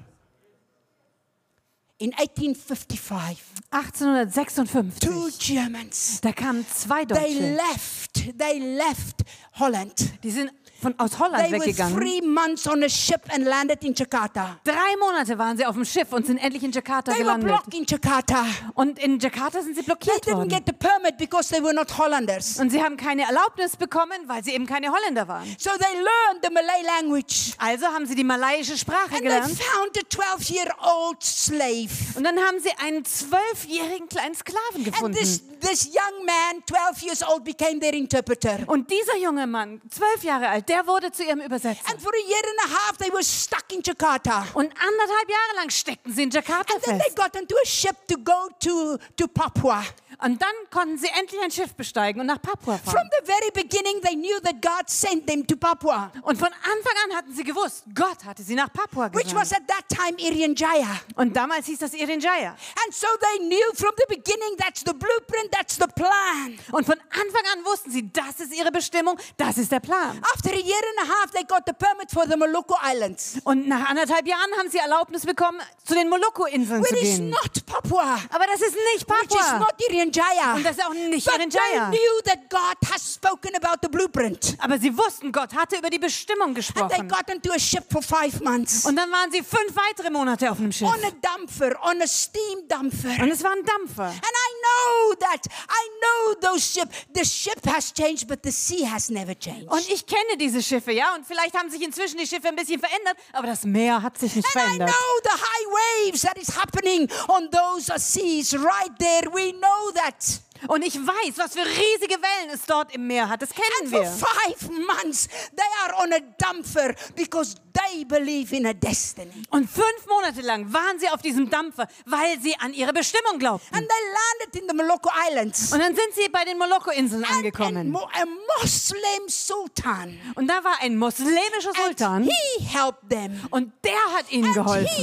Speaker 1: In 1855, two
Speaker 2: 1856.
Speaker 1: Germans,
Speaker 2: Da kamen zwei
Speaker 1: they
Speaker 2: Deutsche.
Speaker 1: left, they left Holland.
Speaker 2: Die sind von, aus Holland
Speaker 1: They were
Speaker 2: weggegangen.
Speaker 1: three months on a ship and landed in Jakarta.
Speaker 2: Drei Monate waren sie auf dem Schiff und sind endlich in Jakarta
Speaker 1: They were
Speaker 2: gelandet.
Speaker 1: blocked in Jakarta.
Speaker 2: Und in Jakarta sind sie
Speaker 1: They
Speaker 2: blockiert
Speaker 1: didn't
Speaker 2: worden.
Speaker 1: get the permit because they were not Hollanders.
Speaker 2: Und sie haben keine Erlaubnis bekommen, weil sie eben keine Holländer waren.
Speaker 1: So they learned the Malay language.
Speaker 2: Also haben sie die malaiische Sprache
Speaker 1: And they
Speaker 2: gelernt.
Speaker 1: found a 12 year old slave.
Speaker 2: Und dann haben sie einen zwölfjährigen kleinen Sklaven
Speaker 1: And this,
Speaker 2: gefunden.
Speaker 1: this young man, 12 years old, became their interpreter.
Speaker 2: Und dieser junge Mann, zwölf Jahre alt, der wurde zu ihrem Übersetzer.
Speaker 1: And for a year and a half, they were stuck in Jakarta.
Speaker 2: Und anderthalb Jahre lang steckten sie in Jakarta
Speaker 1: Then they
Speaker 2: fest.
Speaker 1: got onto a ship to go to, to Papua.
Speaker 2: Und dann konnten sie endlich ein Schiff besteigen und nach Papua
Speaker 1: From
Speaker 2: fahren.
Speaker 1: the very beginning, they knew that God sent them to Papua,
Speaker 2: Und von Anfang an hatten sie gewusst, Gott hatte sie nach Papua
Speaker 1: which was
Speaker 2: gesandt.
Speaker 1: at that time Irian Jaya.
Speaker 2: Und damals hieß das Irinjaya.
Speaker 1: And so they knew from the beginning that's the blueprint, that's the plan.
Speaker 2: Und von Anfang an wussten sie, das ist ihre Bestimmung, das ist der Plan.
Speaker 1: After a year and a half, they got the permit for the Moloko Islands,
Speaker 2: Und nach anderthalb Jahren haben sie Erlaubnis bekommen, zu den Moloko-Inseln zu
Speaker 1: which is
Speaker 2: gehen.
Speaker 1: not Papua,
Speaker 2: Aber das ist nicht
Speaker 1: which is
Speaker 2: Papua.
Speaker 1: not Irian Jaya.
Speaker 2: Und das ist auch nicht
Speaker 1: But they
Speaker 2: Irinjaya.
Speaker 1: knew that God has spoken about the blueprint.
Speaker 2: Aber sie wussten, Gott hatte über die Bestimmung
Speaker 1: And they
Speaker 2: gesprochen.
Speaker 1: got into a ship for five months.
Speaker 2: Und dann waren sie fünf weitere Monate auf einem Schiff.
Speaker 1: On a dumpfer, on a steam dumpfer.
Speaker 2: Und
Speaker 1: And
Speaker 2: es war ein Dampfer.
Speaker 1: I know that. I know those ship. The ship has changed, but the sea has never changed.
Speaker 2: Und ich kenne diese Schiffe, ja. Und vielleicht haben sich inzwischen die Schiffe ein bisschen verändert, aber das Meer hat sich nicht
Speaker 1: And I know
Speaker 2: verändert.
Speaker 1: the high waves that is happening on those uh, seas right there. We know that.
Speaker 2: Und ich weiß, was für riesige Wellen es dort im Meer hat. Das
Speaker 1: And
Speaker 2: kennen
Speaker 1: for
Speaker 2: wir.
Speaker 1: five months, they are on a dumpfer because they believe in a destiny.
Speaker 2: Und fünf Monate lang waren sie auf diesem Dampfer, weil sie an ihre Bestimmung glaubten.
Speaker 1: And they landed in the Moloko Islands.
Speaker 2: Und dann sind sie bei den Moloko-Inseln
Speaker 1: And
Speaker 2: angekommen.
Speaker 1: mo- a Muslim sultan.
Speaker 2: Und da war ein muslimischer Sultan
Speaker 1: And he helped them.
Speaker 2: und der hat ihnen
Speaker 1: And he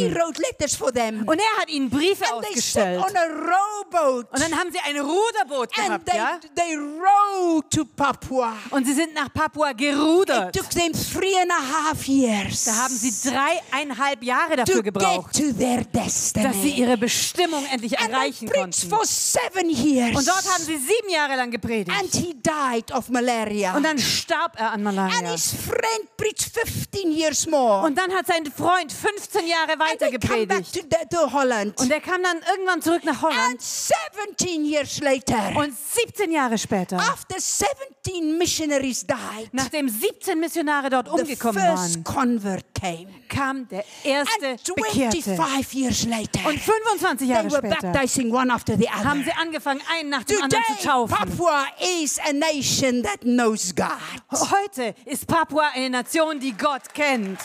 Speaker 2: geholfen.
Speaker 1: wrote letters for them.
Speaker 2: Und er hat ihnen Briefe
Speaker 1: and they set
Speaker 2: ausgestellt.
Speaker 1: on a rowboat.
Speaker 2: Und dann haben sie ein Ruderboot
Speaker 1: and
Speaker 2: gehabt,
Speaker 1: they,
Speaker 2: ja?
Speaker 1: they row to Papua.
Speaker 2: Und sie sind nach Papua
Speaker 1: It
Speaker 2: gerudert.
Speaker 1: took them three and a half years
Speaker 2: Da haben sie dreieinhalb Jahre dafür
Speaker 1: to get
Speaker 2: gebraucht,
Speaker 1: to their
Speaker 2: dass sie
Speaker 1: destiny.
Speaker 2: ihre Bestimmung endlich
Speaker 1: And they
Speaker 2: erreichen
Speaker 1: preached
Speaker 2: konnten.
Speaker 1: for seven years.
Speaker 2: Und dort haben sie sieben Jahre lang gepredigt.
Speaker 1: and he died of malaria.
Speaker 2: Und dann starb er an
Speaker 1: and
Speaker 2: Malaria.
Speaker 1: his friend preached 15 years more.
Speaker 2: Und dann hat sein Freund 15 Jahre
Speaker 1: and
Speaker 2: weiter
Speaker 1: they come back
Speaker 2: gepredigt.
Speaker 1: to, the- to Holland.
Speaker 2: Und er kam dann irgendwann zurück
Speaker 1: And
Speaker 2: nach Holland.
Speaker 1: 17 years later,
Speaker 2: Und 17 Jahre später,
Speaker 1: after 17 missionaries died,
Speaker 2: nachdem 17 Missionare dort
Speaker 1: the
Speaker 2: umgekommen
Speaker 1: first
Speaker 2: waren,
Speaker 1: convert came.
Speaker 2: kam der
Speaker 1: And
Speaker 2: erste Bekehrte.
Speaker 1: 25 years later,
Speaker 2: Und 25
Speaker 1: they
Speaker 2: Jahre
Speaker 1: were
Speaker 2: später
Speaker 1: baptizing one after the
Speaker 2: haben
Speaker 1: other.
Speaker 2: sie angefangen, einen nach dem
Speaker 1: Today,
Speaker 2: anderen zu taufen.
Speaker 1: Papua is a nation that knows God.
Speaker 2: Oh. Heute ist Papua eine Nation, die Gott kennt.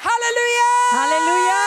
Speaker 1: Hallelujah!
Speaker 2: Halleluja!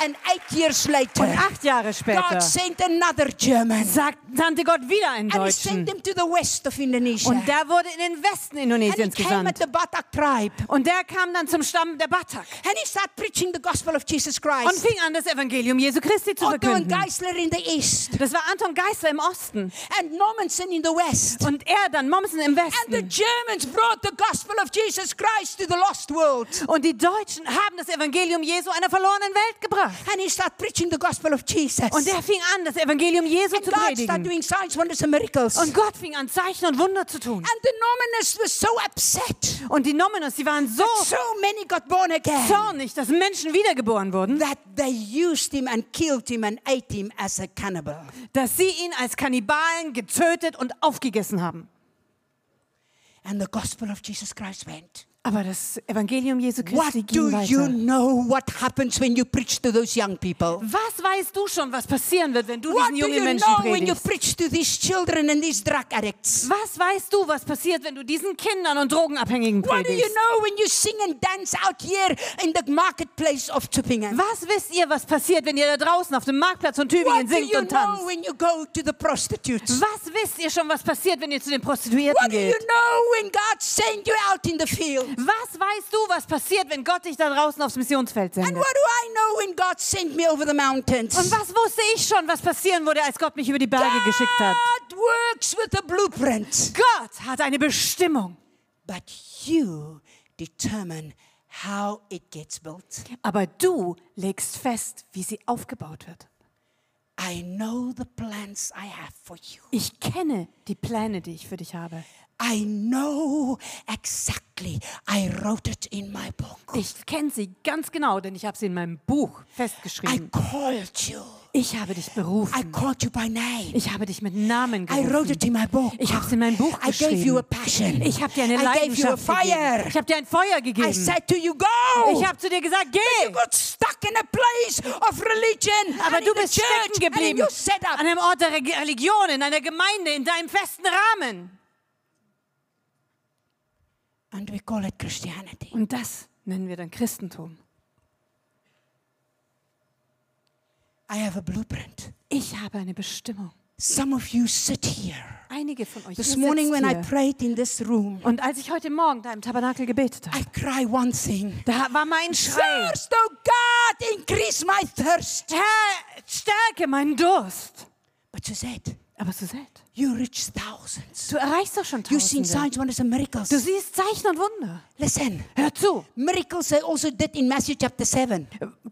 Speaker 1: And eight years
Speaker 2: Und
Speaker 1: later,
Speaker 2: acht Jahre später
Speaker 1: God sent another German.
Speaker 2: sagt, sandte Gott wieder einen
Speaker 1: And he sent
Speaker 2: Deutschen.
Speaker 1: him to the west of Indonesia.
Speaker 2: Und der wurde in den Westen
Speaker 1: and he
Speaker 2: Indonesiens
Speaker 1: came at
Speaker 2: gesandt.
Speaker 1: the Batak tribe.
Speaker 2: Und der kam dann zum Stamm der Batak
Speaker 1: And he started preaching the gospel of Jesus
Speaker 2: und
Speaker 1: Christ.
Speaker 2: fing an, das Evangelium Jesu Christi zu
Speaker 1: Otto and
Speaker 2: verkünden.
Speaker 1: Geisler in the east,
Speaker 2: Das war Anton Geißler im Osten
Speaker 1: and Normanson in the west.
Speaker 2: und er dann Mommsen im
Speaker 1: And the
Speaker 2: Westen.
Speaker 1: Germans brought the gospel of Jesus Christ to the lost world.
Speaker 2: Und die Deutschen haben das Evangelium Jesu einer verlorenen Welt gemacht.
Speaker 1: And he started preaching the gospel of Jesus.
Speaker 2: Und er fing an, das Evangelium Jesu
Speaker 1: and
Speaker 2: zu
Speaker 1: God started
Speaker 2: predigen.
Speaker 1: doing signs, wonders, and miracles.
Speaker 2: Und Gott fing an, Zeichen und Wunder zu tun.
Speaker 1: and the Normanists were so upset.
Speaker 2: Und die Nominus, die waren so
Speaker 1: that so many got born again.
Speaker 2: zornig, dass Menschen wiedergeboren wurden,
Speaker 1: that they used him and killed him and ate him as a cannibal.
Speaker 2: dass sie ihn als Kannibalen getötet und aufgegessen haben.
Speaker 1: And the gospel of Jesus Christ went.
Speaker 2: Aber das Evangelium Jesu
Speaker 1: What
Speaker 2: Christi
Speaker 1: do
Speaker 2: ging
Speaker 1: you
Speaker 2: weiter.
Speaker 1: know what happens when you preach to those young people?
Speaker 2: Was weißt du schon, was passieren wird, wenn du
Speaker 1: What
Speaker 2: diesen
Speaker 1: do
Speaker 2: jungen
Speaker 1: you
Speaker 2: Menschen
Speaker 1: know when you
Speaker 2: predigst?
Speaker 1: preach to these children and these drug addicts?
Speaker 2: Was weißt du, was passiert, wenn du diesen Kindern und Drogenabhängigen
Speaker 1: What do you
Speaker 2: predigst?
Speaker 1: know when you sing and dance out here in the marketplace of Tübingen?
Speaker 2: Was wisst ihr, was passiert, wenn ihr da draußen auf dem Marktplatz von Tübingen
Speaker 1: What do
Speaker 2: singt
Speaker 1: you
Speaker 2: und
Speaker 1: know
Speaker 2: tanzt?
Speaker 1: when you go to the prostitutes?
Speaker 2: Was wisst ihr schon, was passiert, wenn ihr zu den Prostituierten
Speaker 1: What do you
Speaker 2: geht?
Speaker 1: know when God sent you out in the field?
Speaker 2: Was weißt du, was passiert, wenn Gott dich da draußen aufs Missionsfeld
Speaker 1: And
Speaker 2: sendet?
Speaker 1: what do I know when God sent me over the mountains?
Speaker 2: Und was wusste ich schon, was passieren würde, als Gott mich über die Berge geschickt hat?
Speaker 1: God works with a blueprint.
Speaker 2: Gott hat eine Bestimmung,
Speaker 1: But you determine how it gets built.
Speaker 2: aber du legst fest, wie sie aufgebaut wird.
Speaker 1: I know the plans I have for you.
Speaker 2: Ich kenne die Pläne, die ich für dich habe.
Speaker 1: I know exactly. I wrote it in my book.
Speaker 2: Ich kenne sie ganz genau, denn ich habe sie in meinem Buch
Speaker 1: I
Speaker 2: festgeschrieben.
Speaker 1: called you.
Speaker 2: Ich habe dich
Speaker 1: I
Speaker 2: berufen.
Speaker 1: called you by name.
Speaker 2: Ich habe dich mit Namen
Speaker 1: I wrote
Speaker 2: gerufen.
Speaker 1: it in my book.
Speaker 2: Ich habe es in meinem Buch
Speaker 1: I gave you a
Speaker 2: geschrieben.
Speaker 1: passion.
Speaker 2: Ich habe dir eine
Speaker 1: I gave you a
Speaker 2: Leidenschaft
Speaker 1: fire.
Speaker 2: gegeben. Ich habe dir ein Feuer
Speaker 1: I
Speaker 2: gegeben.
Speaker 1: said to you, go.
Speaker 2: Ich habe zu dir gesagt,
Speaker 1: You
Speaker 2: geh.
Speaker 1: got stuck in a place of religion.
Speaker 2: Aber
Speaker 1: and
Speaker 2: du
Speaker 1: in the
Speaker 2: bist
Speaker 1: church,
Speaker 2: stecken
Speaker 1: And in
Speaker 2: geblieben
Speaker 1: your setup.
Speaker 2: an einem Ort der Reg- Religion, in einer Gemeinde, in deinem festen Rahmen.
Speaker 1: And we call it Christianity.
Speaker 2: Und das nennen wir dann Christentum.
Speaker 1: I have a blueprint.
Speaker 2: Ich habe eine Bestimmung.
Speaker 1: Some of you sit here.
Speaker 2: Einige von euch
Speaker 1: This
Speaker 2: ihr
Speaker 1: morning,
Speaker 2: sitzt
Speaker 1: when I
Speaker 2: hier.
Speaker 1: prayed in this room,
Speaker 2: Und als ich heute Morgen da im Tabernakel gebetet habe,
Speaker 1: I cry one thing
Speaker 2: da war mein Schrei.
Speaker 1: Thirst, oh God, increase my thirst.
Speaker 2: Herr, stärke meinen Durst.
Speaker 1: But you said,
Speaker 2: Aber Suzette,
Speaker 1: You reach thousands.
Speaker 2: du erreichst doch schon
Speaker 1: You've seen
Speaker 2: Tausende.
Speaker 1: signs, wonders, and
Speaker 2: Du
Speaker 1: miracles.
Speaker 2: siehst Zeichen und Wunder.
Speaker 1: Listen,
Speaker 2: Hör zu,
Speaker 1: miracles they also did in Matthew chapter 7.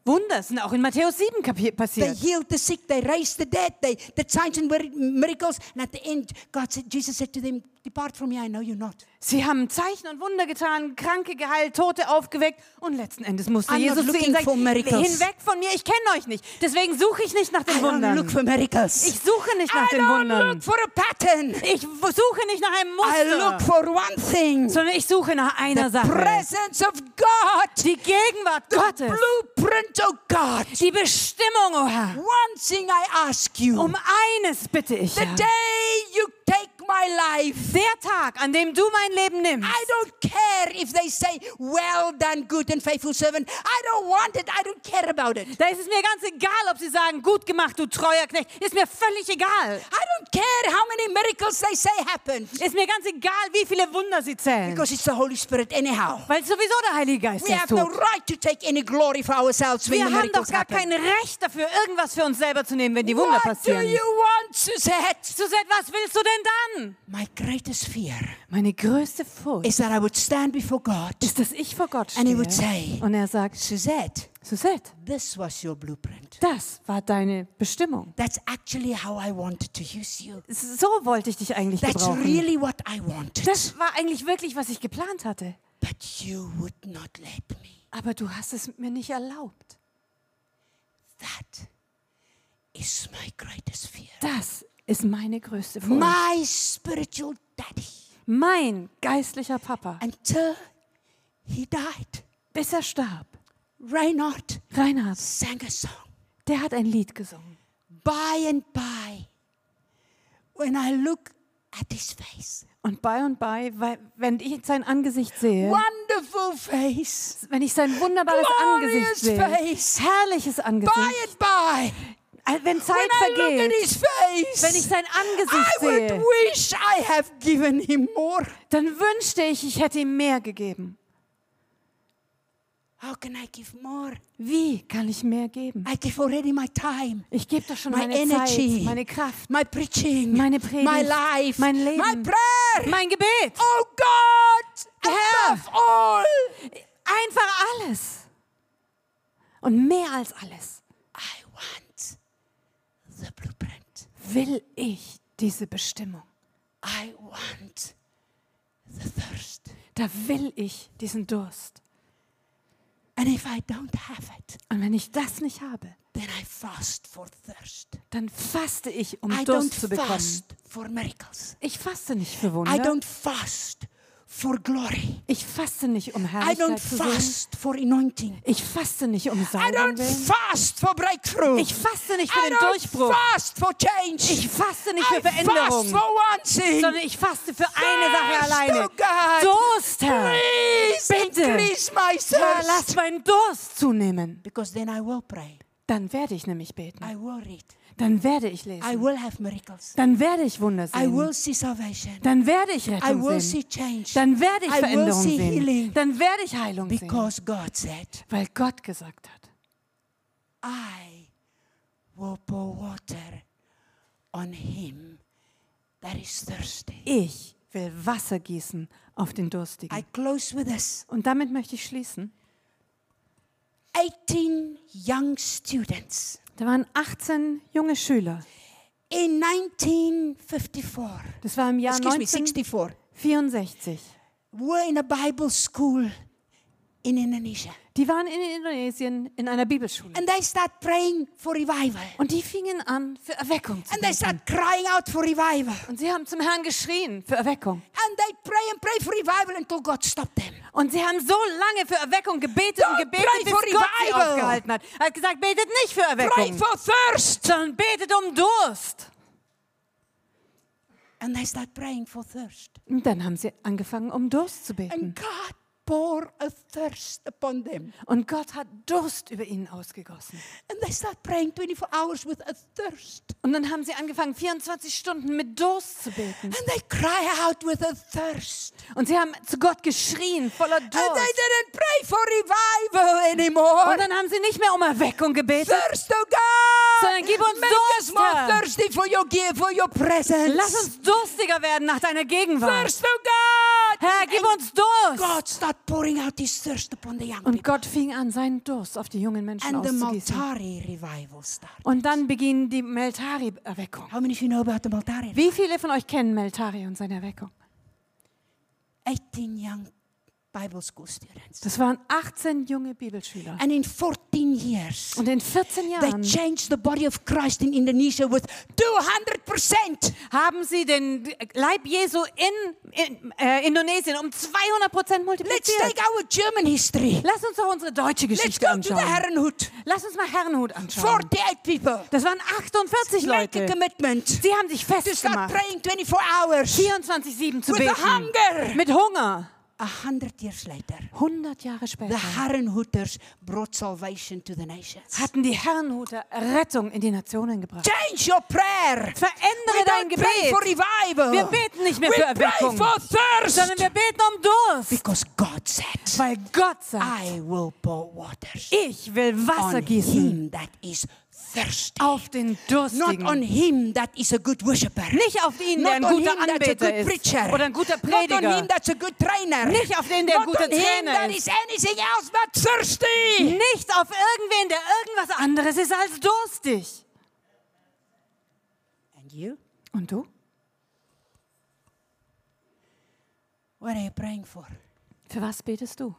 Speaker 2: Wunder sind auch in Matthäus 7 kapi-
Speaker 1: They
Speaker 2: passiert.
Speaker 1: healed the sick, they raised the dead, they did signs and mir- miracles. And at the end, God said, Jesus said to them, Depart from me, I know you not.
Speaker 2: Sie haben Zeichen und Wunder getan, Kranke geheilt, Tote aufgeweckt und letzten Endes musste
Speaker 1: I'm not
Speaker 2: Jesus zu
Speaker 1: looking
Speaker 2: ihnen
Speaker 1: for
Speaker 2: sagen,
Speaker 1: miracles.
Speaker 2: hinweg von mir, ich kenne euch nicht. Deswegen suche ich nicht nach
Speaker 1: I
Speaker 2: den
Speaker 1: don't look
Speaker 2: Wundern.
Speaker 1: for miracles.
Speaker 2: Ich suche nicht
Speaker 1: I
Speaker 2: nach den
Speaker 1: don't
Speaker 2: Wundern.
Speaker 1: look for a pattern.
Speaker 2: Ich w- suche nicht nach einem
Speaker 1: I look
Speaker 2: Muster,
Speaker 1: for one thing.
Speaker 2: sondern ich suche nach einer
Speaker 1: The
Speaker 2: Sache.
Speaker 1: presence of God.
Speaker 2: Die Gegenwart
Speaker 1: The
Speaker 2: Gottes.
Speaker 1: blueprint of God.
Speaker 2: Die Bestimmung, o Herr.
Speaker 1: One thing I ask you.
Speaker 2: Um eines bitte ich.
Speaker 1: the
Speaker 2: Herr.
Speaker 1: day you take my life.
Speaker 2: Der Tag, an dem du mein Leben nimmst.
Speaker 1: I don't care if they say, well done, good and faithful servant. I don't want it. I don't care about it.
Speaker 2: Da ist es mir ganz egal, ob sie sagen, gut gemacht, du treuer Knecht. Ist mir völlig
Speaker 1: I
Speaker 2: egal.
Speaker 1: don't care how many miracles they say happened.
Speaker 2: Ist mir ganz egal, wie viele Wunder sie zählen.
Speaker 1: Because it's the Holy Spirit anyhow.
Speaker 2: Weil sowieso der Heilige Geist
Speaker 1: We
Speaker 2: das
Speaker 1: have no
Speaker 2: tut.
Speaker 1: right to take any glory for ourselves when
Speaker 2: Wir
Speaker 1: the
Speaker 2: haben doch
Speaker 1: miracles
Speaker 2: gar
Speaker 1: happen.
Speaker 2: kein Recht dafür, irgendwas für uns selber zu nehmen, wenn die Wunder
Speaker 1: What do
Speaker 2: passieren.
Speaker 1: you want, Suzette?
Speaker 2: Suzette, was willst du denn dann?
Speaker 1: My greatest fear
Speaker 2: Meine größte Furcht
Speaker 1: is that I would stand before God.
Speaker 2: ist, dass ich vor Gott
Speaker 1: And he
Speaker 2: stehe.
Speaker 1: would say-
Speaker 2: Und er sagt,
Speaker 1: Suzette,
Speaker 2: Suzette,
Speaker 1: this was your blueprint.
Speaker 2: das war deine Bestimmung.
Speaker 1: That's actually how I wanted to use you.
Speaker 2: So wollte ich dich eigentlich
Speaker 1: That's
Speaker 2: gebrauchen.
Speaker 1: really what I wanted.
Speaker 2: Das war eigentlich wirklich, was ich geplant hatte.
Speaker 1: But you would not let me.
Speaker 2: Aber du hast es mir nicht erlaubt.
Speaker 1: That is my greatest fear.
Speaker 2: Das ist meine größte Furcht.
Speaker 1: My spiritual daddy.
Speaker 2: mein geistlicher Papa,
Speaker 1: Until he died,
Speaker 2: bis er starb,
Speaker 1: Reinhard
Speaker 2: Reinhard,
Speaker 1: sang a song.
Speaker 2: der hat ein Lied gesungen.
Speaker 1: By and by, when I look at his face,
Speaker 2: Und bei und bei, weil- wenn ich sein Angesicht sehe,
Speaker 1: wonderful face.
Speaker 2: wenn ich sein wunderbares
Speaker 1: Glorious
Speaker 2: Angesicht sehe,
Speaker 1: face.
Speaker 2: herrliches Angesicht,
Speaker 1: By and by,
Speaker 2: all- wenn
Speaker 1: when
Speaker 2: Zeit
Speaker 1: I look at
Speaker 2: vergeht,
Speaker 1: his face,
Speaker 2: wenn ich sein
Speaker 1: I
Speaker 2: Angesicht
Speaker 1: would
Speaker 2: sehe,
Speaker 1: wish I have given him more.
Speaker 2: dann wünschte ich, ich hätte ihm mehr gegeben.
Speaker 1: How can I give more?
Speaker 2: Wie kann ich mehr geben?
Speaker 1: I give already my time,
Speaker 2: Ich gebe doch schon
Speaker 1: my
Speaker 2: meine
Speaker 1: energy,
Speaker 2: Zeit, meine Kraft,
Speaker 1: my preaching,
Speaker 2: Meine Predigt,
Speaker 1: my life,
Speaker 2: mein
Speaker 1: my
Speaker 2: Leben.
Speaker 1: prayer.
Speaker 2: mein Gebet,
Speaker 1: oh God,
Speaker 2: Herr.
Speaker 1: above all,
Speaker 2: einfach alles. Und mehr als alles. will ich diese Bestimmung.
Speaker 1: I want the thirst.
Speaker 2: Da will ich diesen Durst.
Speaker 1: And if I don't have it,
Speaker 2: Und wenn ich das nicht habe,
Speaker 1: then I fast for thirst.
Speaker 2: dann faste ich, um
Speaker 1: I don't
Speaker 2: Durst zu bekommen.
Speaker 1: fast for miracles.
Speaker 2: Ich faste nicht für
Speaker 1: I
Speaker 2: Wunder.
Speaker 1: don't fast for glory.
Speaker 2: Ich faste nicht, um
Speaker 1: I don't
Speaker 2: Herrlichkeit zu sehen.
Speaker 1: fast for anointing.
Speaker 2: Ich faste nicht, um
Speaker 1: I
Speaker 2: seinen
Speaker 1: don't
Speaker 2: Willen.
Speaker 1: fast for breakthrough.
Speaker 2: Ich faste nicht für
Speaker 1: I
Speaker 2: den
Speaker 1: don't
Speaker 2: Durchbruch.
Speaker 1: fast for change.
Speaker 2: Ich faste nicht
Speaker 1: I
Speaker 2: für
Speaker 1: fast
Speaker 2: Veränderung,
Speaker 1: for one thing.
Speaker 2: sondern ich faste für eine Sache
Speaker 1: Thirst,
Speaker 2: alleine.
Speaker 1: oh God.
Speaker 2: Durst, Herr.
Speaker 1: Please
Speaker 2: Bitte.
Speaker 1: increase my
Speaker 2: Herr,
Speaker 1: thirst.
Speaker 2: lass meinen Durst zunehmen.
Speaker 1: Because then I will pray.
Speaker 2: Dann werde ich nämlich beten.
Speaker 1: I will read.
Speaker 2: Dann werde ich
Speaker 1: I
Speaker 2: lesen.
Speaker 1: will have miracles.
Speaker 2: Dann werde ich Wunder
Speaker 1: I
Speaker 2: sehen.
Speaker 1: will see salvation.
Speaker 2: Dann werde ich
Speaker 1: I will
Speaker 2: Rettung
Speaker 1: see
Speaker 2: sehen.
Speaker 1: change.
Speaker 2: Dann werde ich
Speaker 1: I will
Speaker 2: Veränderung
Speaker 1: see
Speaker 2: sehen.
Speaker 1: healing.
Speaker 2: Dann werde ich Heilung sehen.
Speaker 1: Because God said,
Speaker 2: Weil Gott gesagt hat,
Speaker 1: I will pour water on him that is thirsty.
Speaker 2: ich will Wasser gießen auf den
Speaker 1: I
Speaker 2: Durstigen.
Speaker 1: close with this.
Speaker 2: Und damit möchte ich schließen.
Speaker 1: 18 young students
Speaker 2: Da waren 18 junge Schüler.
Speaker 1: in 1954,
Speaker 2: Das war im Jahr
Speaker 1: excuse me, 64,
Speaker 2: 1964.
Speaker 1: were in a Bible school in Indonesia.
Speaker 2: Die waren in Indonesien in einer Bibelschule.
Speaker 1: And they start praying for revival.
Speaker 2: Und die fingen an, für Erweckung zu
Speaker 1: And they
Speaker 2: beten.
Speaker 1: start crying out for revival.
Speaker 2: Und sie haben zum Herrn geschrien für Erweckung.
Speaker 1: And they pray and pray for revival until God stopped them.
Speaker 2: Und sie haben so lange für Erweckung gebetet und
Speaker 1: Don't
Speaker 2: gebetet,
Speaker 1: pray
Speaker 2: bis
Speaker 1: for
Speaker 2: Gott sie
Speaker 1: revival.
Speaker 2: aufgehalten hat. Er hat gesagt, betet nicht für
Speaker 1: Pray
Speaker 2: Erweckung,
Speaker 1: for thirst.
Speaker 2: sondern betet um Durst.
Speaker 1: And they start praying for thirst. Mm.
Speaker 2: Und dann haben sie angefangen, um Durst zu beten.
Speaker 1: And God pour a thirst upon them.
Speaker 2: Und Gott hat Durst über ihnen ausgegossen.
Speaker 1: And they start praying 24 hours with a thirst.
Speaker 2: Und dann haben sie angefangen, 24 Stunden mit Durst zu beten.
Speaker 1: And they cry out with a thirst.
Speaker 2: Und sie haben zu Gott geschrien, voller
Speaker 1: And they
Speaker 2: Durst.
Speaker 1: didn't pray for revival
Speaker 2: Und
Speaker 1: anymore.
Speaker 2: dann haben sie nicht mehr um Erweckung gebetet.
Speaker 1: Thirst, oh God.
Speaker 2: Sondern gib uns
Speaker 1: Make us
Speaker 2: Durst,
Speaker 1: more
Speaker 2: Herr.
Speaker 1: thirsty for your gift, for your presence.
Speaker 2: Lass uns durstiger werden nach deiner Gegenwart.
Speaker 1: thirst, oh God.
Speaker 2: Herr, gib
Speaker 1: And
Speaker 2: uns Durst.
Speaker 1: God start pouring out his thirst upon the young
Speaker 2: Und
Speaker 1: people.
Speaker 2: Gott fing an, seinen Durst auf die jungen Menschen
Speaker 1: And the
Speaker 2: auszugießen.
Speaker 1: Maltari revival started.
Speaker 2: Und dann beging die Meltari-Erweckung.
Speaker 1: How many of you know about the Maltari?
Speaker 2: Wie viele von euch kennen Meltari und seine Erweckung?
Speaker 1: 18 young Bible school students.
Speaker 2: Das waren 18 junge Bibelschüler.
Speaker 1: And in 14 years,
Speaker 2: Und in 14
Speaker 1: they
Speaker 2: Jahren
Speaker 1: changed the body of Christ in Indonesia with 200%.
Speaker 2: haben sie den Leib Jesu in, in äh, Indonesien um 200 Prozent
Speaker 1: Let's
Speaker 2: multipliziert.
Speaker 1: take our German history.
Speaker 2: Lass uns doch unsere deutsche
Speaker 1: Let's
Speaker 2: Geschichte
Speaker 1: go to the
Speaker 2: anschauen.
Speaker 1: Herrenhut.
Speaker 2: Lass uns mal Herrenhut anschauen.
Speaker 1: 48 people.
Speaker 2: Das waren 48
Speaker 1: Make a
Speaker 2: Leute.
Speaker 1: commitment
Speaker 2: Sie haben
Speaker 1: to
Speaker 2: sich
Speaker 1: start
Speaker 2: festgemacht,
Speaker 1: praying 24 hours.
Speaker 2: 24-7 zu
Speaker 1: With a
Speaker 2: beten.
Speaker 1: hunger.
Speaker 2: Mit Hunger.
Speaker 1: A hundred years later,
Speaker 2: 100 Jahre
Speaker 1: the
Speaker 2: später
Speaker 1: Herrenhuters brought salvation to the nations.
Speaker 2: hatten die Herrenhuter Rettung in die Nationen gebracht.
Speaker 1: Change your prayer.
Speaker 2: Verändere
Speaker 1: We
Speaker 2: dein
Speaker 1: don't pray for
Speaker 2: Gebet,
Speaker 1: revival.
Speaker 2: Wir beten nicht mehr
Speaker 1: we
Speaker 2: für
Speaker 1: pray
Speaker 2: Erweckung.
Speaker 1: for thirst.
Speaker 2: sondern wir beten um Durst,
Speaker 1: Because God said,
Speaker 2: weil Gott sagt,
Speaker 1: I will pour waters
Speaker 2: ich will Wasser
Speaker 1: Ah. on
Speaker 2: gießen
Speaker 1: him that is thirsty.
Speaker 2: auf den
Speaker 1: Not on
Speaker 2: Durstigen.
Speaker 1: him that is a good worshiper.
Speaker 2: Nicht auf ihn, der
Speaker 1: Not
Speaker 2: ein
Speaker 1: on
Speaker 2: guter
Speaker 1: him that's a
Speaker 2: Anbeter
Speaker 1: good
Speaker 2: ist
Speaker 1: preacher.
Speaker 2: oder ein guter
Speaker 1: Not on him
Speaker 2: Prediger.
Speaker 1: that's a good trainer.
Speaker 2: Nicht auf den, der
Speaker 1: Not
Speaker 2: ein guter
Speaker 1: on him
Speaker 2: Trainer
Speaker 1: that
Speaker 2: ist.
Speaker 1: is anything else but thirsty.
Speaker 2: Nicht auf irgendwen, der irgendwas anderes ist als durstig.
Speaker 1: And you?
Speaker 2: Und du?
Speaker 1: What are you praying for?
Speaker 2: Für was betest du?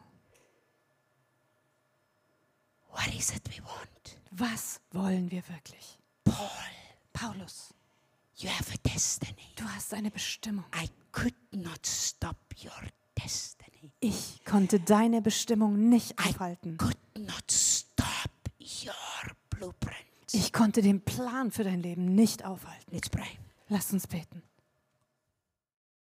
Speaker 1: What is it we want?
Speaker 2: Was wollen wir wirklich?
Speaker 1: Paul,
Speaker 2: Paulus,
Speaker 1: you have a destiny.
Speaker 2: du hast eine Bestimmung.
Speaker 1: I could not stop your destiny.
Speaker 2: Ich konnte deine Bestimmung nicht
Speaker 1: I
Speaker 2: aufhalten.
Speaker 1: could not stop your blueprint.
Speaker 2: Ich konnte den Plan für dein Leben nicht aufhalten.
Speaker 1: Let's pray.
Speaker 2: Lass uns beten.